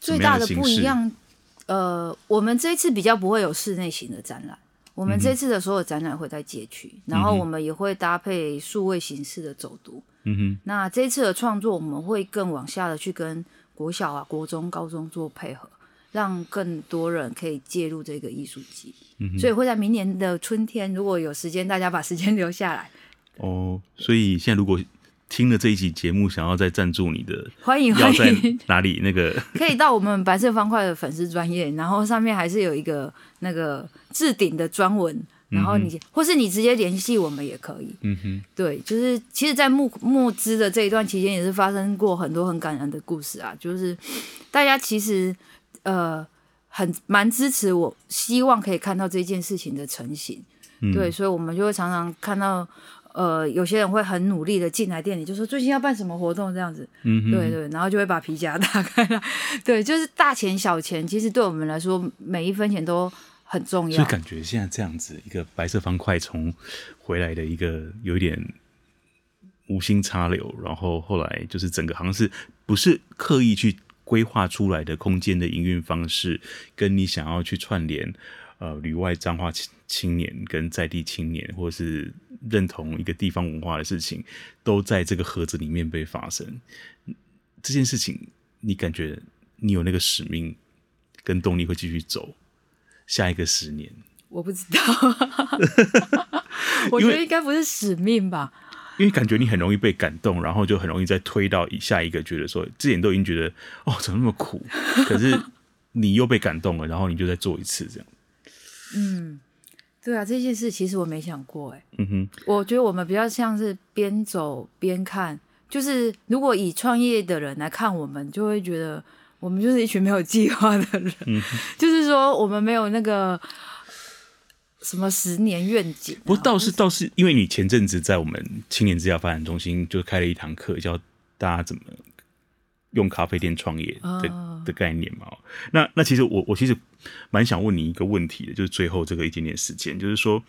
Speaker 2: 最
Speaker 1: 么样
Speaker 2: 大
Speaker 1: 的
Speaker 2: 的不
Speaker 1: 形式
Speaker 2: 一样，呃，我们这一次比较不会有室内型的展览，我们
Speaker 1: 嗯
Speaker 2: 这次的所有展览会在街区，然后我们也会搭配数位形式的走读。
Speaker 1: 嗯哼。
Speaker 2: 那这次的创作，我们会更往下的去跟国小啊、国中、高中做配合，让更多人可以介入这个艺术季。
Speaker 1: 嗯
Speaker 2: 所以会在明年的春天，如果有时间，大家把时间留下来，
Speaker 1: 哦，所以现在如果听了这一期节目，想要再赞助你的，
Speaker 2: 欢迎
Speaker 1: 要
Speaker 2: 欢
Speaker 1: 在
Speaker 2: 迎。
Speaker 1: 哪里？那个
Speaker 2: 可以到我们白色方块的粉丝专业，然后上面还是有一个那个置顶的专文，然后你、或是你直接联系我们也可以。
Speaker 1: 嗯哼，
Speaker 2: 对，就是其实，在募募资的这一段期间，也是发生过很多很感人的故事啊。就是大家其实呃很蛮支持我，希望可以看到这件事情的成型。
Speaker 1: 嗯
Speaker 2: 对，所以我们就会常常看到。呃，有些人会很努力的进来店里，就说最近要办什么活动这样子，
Speaker 1: 嗯哼，
Speaker 2: 对对，然后就会把皮夹打开来， 对，就是大钱小钱，其实对我们来说，每一分钱都很重
Speaker 1: 所
Speaker 2: 要
Speaker 1: 以。感觉现在这样子一个白色方块从回来的一个有一点无心插柳，然后后来就是整个好像是不是刻意去规划出来的空间的营运方式，跟你想要去串联呃旅外彰化青青年跟在地青年，或是认同一个地方文化的事情，都在这个盒子里面被发生。嗯这件事情，你感觉你有那个使命跟动力会继续走下一个十年？
Speaker 2: 我不知 道，我觉得应该不是使命吧？
Speaker 1: 因为感觉你很容易被感动，然后就很容易再推到下一个，觉得说之前都已经觉得哦怎么那么苦，可是你又被感动了，然后你就再做一次这样。
Speaker 2: 对啊，这件事其实我没想过哎、
Speaker 1: 嗯哼，
Speaker 2: 我觉得我们比较像是边走边看，就是如果以创业的人来看我们，就会觉得我们就是一群没有计划的人， 就是说我们没有那个什么十年愿景、啊。
Speaker 1: 不过倒是倒是，因为你前阵子在我们青年之家发展中心就开了一堂课，教大家怎么用咖啡店创业的、的概念嘛。哦那那其实我我其实蛮想问你一个问题的，就是最后这个一点点时间，就是说，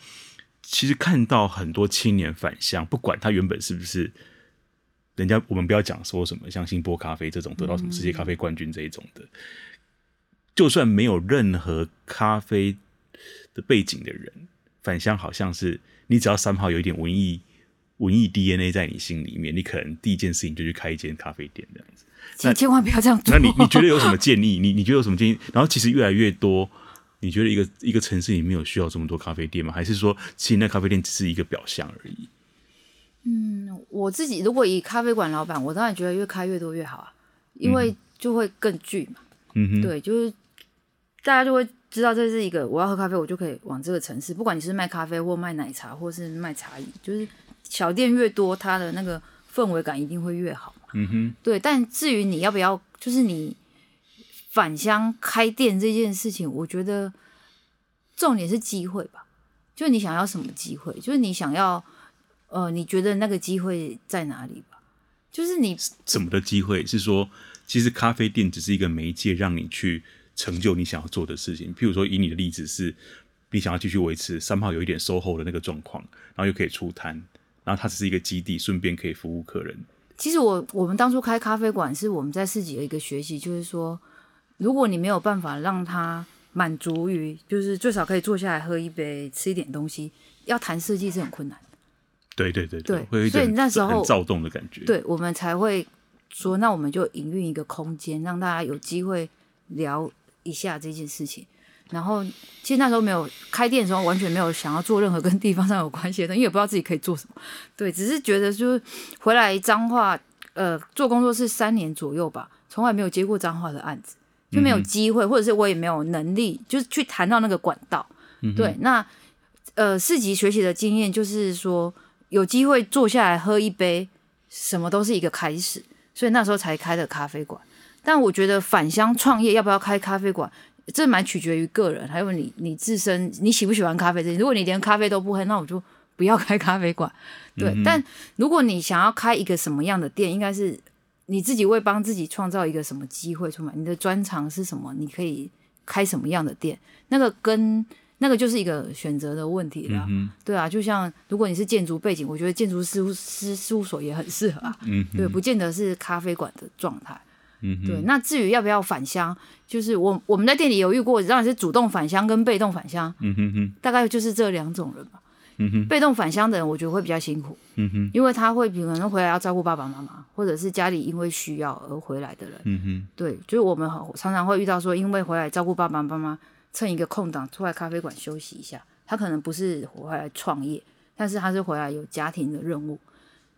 Speaker 1: 其实看到很多青年返乡，不管他原本是不是。人家我们不要讲说什么像星波咖啡这种得到什么世界咖啡冠军这一种的，就算没有任何咖啡的背景的人，返乡好像是你只要三号有一点文艺文艺 DNA 在你心里面，你可能第一件事情就去开一间咖啡店这样子。
Speaker 2: 请千万不要这样做。
Speaker 1: 那你你觉得有什么建议？ 你你觉得有什么建议？然后其实越来越多，你觉得一个一个城市里面有需要这么多咖啡店吗？还是说其实那咖啡店只是一个表象而已？
Speaker 2: 我自己如果以咖啡馆老板，我当然觉得越开越多越好啊，因为就会更聚嘛。
Speaker 1: 嗯哼，
Speaker 2: 对，就是大家就会知道这是一个我要喝咖啡，我就可以往这个城市，不管你是卖咖啡或卖奶茶或是卖茶饮，就是小店越多，它的那个氛围感一定会越好嘛。
Speaker 1: 嗯哼，
Speaker 2: 对，但至于你要不要，就是你返乡开店这件事情，我觉得重点是机会吧。就你想要什么机会，就是你想要，呃，你觉得那个机会在哪里吧？就是你
Speaker 1: 怎么的机会？是说，其实咖啡店只是一个媒介，让你去成就你想要做的事情。譬如说，以你的例子是，你想要继续维持三号有一点售后的那个状况，然后又可以出摊，然后它只是一个基地，顺便可以服务客人。
Speaker 2: 其实我我们当初开咖啡馆是我们在自己的一个学习，就是说，如果你没有办法让他满足于，就是最少可以坐下来喝一杯、吃一点东西，要谈设计是很困难的。
Speaker 1: 对对对
Speaker 2: 对
Speaker 1: 会有一
Speaker 2: 所以
Speaker 1: 种
Speaker 2: 那时候
Speaker 1: 很躁动的感觉。，
Speaker 2: 对，我们才会说，那我们就营运一个空间，让大家有机会聊一下这件事情。然后，其实那时候没有开店的时候，完全没有想要做任何跟地方上有关系的东西，因为也不知道自己可以做什么。对，只是觉得就是回来彰化，呃，做工作室三年左右吧，从来没有接过彰化的案子，就没有机会，或者是我也没有能力，就是去谈到那个管道。对，那呃，市集学习的经验就是说，有机会坐下来喝一杯，什么都是一个开始，所以那时候才开的咖啡馆。但我觉得返乡创业要不要开咖啡馆，这蛮取决于个人，还有你你自身你喜不喜欢咖啡这些。如果你连咖啡都不喝，那我就不要开咖啡馆。对，但如果你想要开一个什么样的店，应该是你自己会帮自己创造一个什么机会出来，你的专长是什么，你可以开什么样的店，那个跟那个就是一个选择的问题啦。对啊，就像如果你是建筑背景，我觉得建筑事务师事务所也很适合啊。
Speaker 1: 嗯
Speaker 2: 对，不见得是咖啡馆的状态。
Speaker 1: 嗯哼，
Speaker 2: 对，那至于要不要返乡，就是我我们在店里有遇过，当然是主动返乡跟被动返乡，
Speaker 1: 嗯哼哼，
Speaker 2: 大概就是这两种人吧。
Speaker 1: 嗯哼，
Speaker 2: 被动返乡的人，我觉得会比较辛苦，
Speaker 1: 嗯哼，
Speaker 2: 因为他会可能回来要照顾爸爸妈妈，或者是家里因为需要而回来的人。
Speaker 1: 嗯哼，
Speaker 2: 对，就是我们好常常会遇到说，因为回来照顾爸爸妈妈，趁一个空档出来咖啡馆休息一下。他可能不是回来创业，但是他是回来有家庭的任务，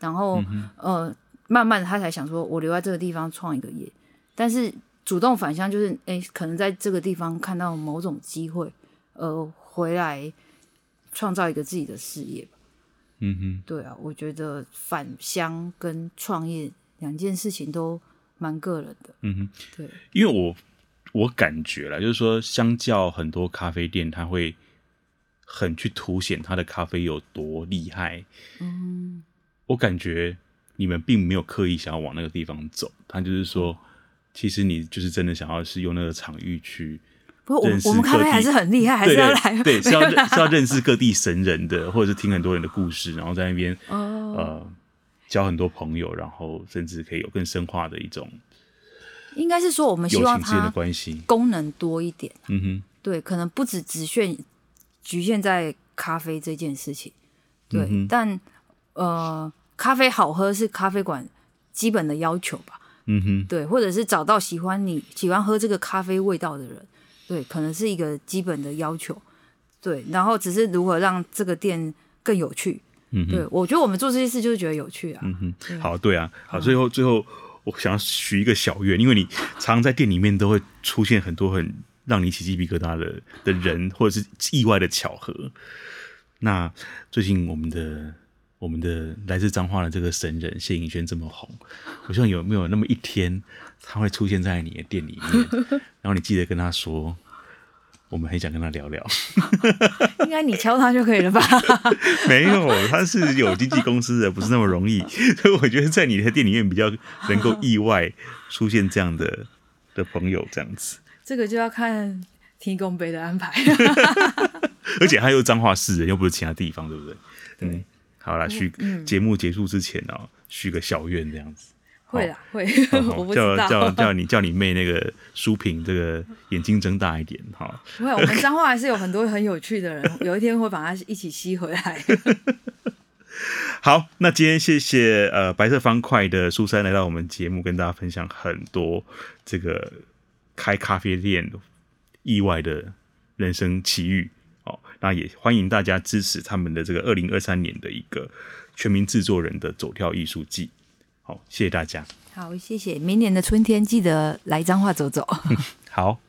Speaker 2: 然后、呃，慢慢地他才想说，我留在这个地方创一个业。但是主动返乡就是，诶，可能在这个地方看到某种机会，呃，回来创造一个自己的事业吧。
Speaker 1: 嗯哼，
Speaker 2: 对啊，我觉得返乡跟创业两件事情都蛮个人的。
Speaker 1: 嗯哼。
Speaker 2: 对。
Speaker 1: 因为我我感觉啦，就是说，相较很多咖啡店，它会很去凸显它的咖啡有多厉害。嗯，我感觉你们并没有刻意想要往那个地方走，它就是
Speaker 2: 哦
Speaker 1: 说，其实你就是真的想要是用那个场域去。
Speaker 2: 不过我
Speaker 1: 认
Speaker 2: 们
Speaker 1: 识
Speaker 2: 我们咖
Speaker 1: 各
Speaker 2: 啡
Speaker 1: 地
Speaker 2: 还是很厉害，还是
Speaker 1: 对
Speaker 2: 要来
Speaker 1: 对，是要
Speaker 2: 没有
Speaker 1: 认
Speaker 2: 啦
Speaker 1: 是要认识各地神人的，或者是听很多人的故事，然后在那边、
Speaker 2: 哦
Speaker 1: 呃交很多朋友，然后甚至可以有更深化的一种
Speaker 2: 应该是说我们
Speaker 1: 友
Speaker 2: 希望
Speaker 1: 情之间的
Speaker 2: 它
Speaker 1: 关系。
Speaker 2: 功能多一点，
Speaker 1: 嗯哼。
Speaker 2: 对，可能不止只限局限在咖啡这件事情，对，
Speaker 1: 嗯
Speaker 2: 但呃，咖啡好喝是咖啡馆基本的要求吧，
Speaker 1: 嗯哼，
Speaker 2: 对，或者是找到喜欢你喜欢喝这个咖啡味道的人，对，可能是一个基本的要求，对，然后只是如何让这个店更有趣，
Speaker 1: 嗯哼
Speaker 2: 对我觉得我们做这些事就是觉得有趣啊，
Speaker 1: 嗯哼，好，对啊，好，最后最后我想要许一个小愿，因为你常常在店里面都会出现很多很让你起鸡皮疙瘩的的人，或者是意外的巧合。那最近我们的我们的来自彰化的这个神人谢颖轩这么红，我希望有没有那么一天，他会出现在你的店里面， 然后你记得跟他说，我们很想跟他聊聊。
Speaker 2: 应该你敲他就可以了吧？
Speaker 1: 没有，他是有经纪公司的，不是那么 容易，所以我觉得在你的店里面比较能够意外出现这样的的朋友这样子，
Speaker 2: 这个就要看提供杯的 安排。
Speaker 1: 而且他又彰化市人，又不是其他地方，对不 对？嗯，好啦，许
Speaker 2: 嗯
Speaker 1: 节目结束之前哦，许个小愿这样 子，
Speaker 2: 会啦，会，
Speaker 1: 好
Speaker 2: 我不知
Speaker 1: 叫
Speaker 2: 道。
Speaker 1: 叫叫你叫你妹那个舒萍，这个眼睛睁大一点哈。
Speaker 2: 不会，我们彰化还是有很多很有趣的人， 有一天会把他一起吸回来。
Speaker 1: 好，那今天谢谢呃白色方块的苏珊来到我们节目，跟大家分享很多这个开咖啡店意外的人生奇遇。哦，那也欢迎大家支持他们的这个二零二三年的一个全民制作人的走跳艺术季。好，谢谢大家。
Speaker 2: 好，谢谢。明年的春天记得来彰化走走。
Speaker 1: 好，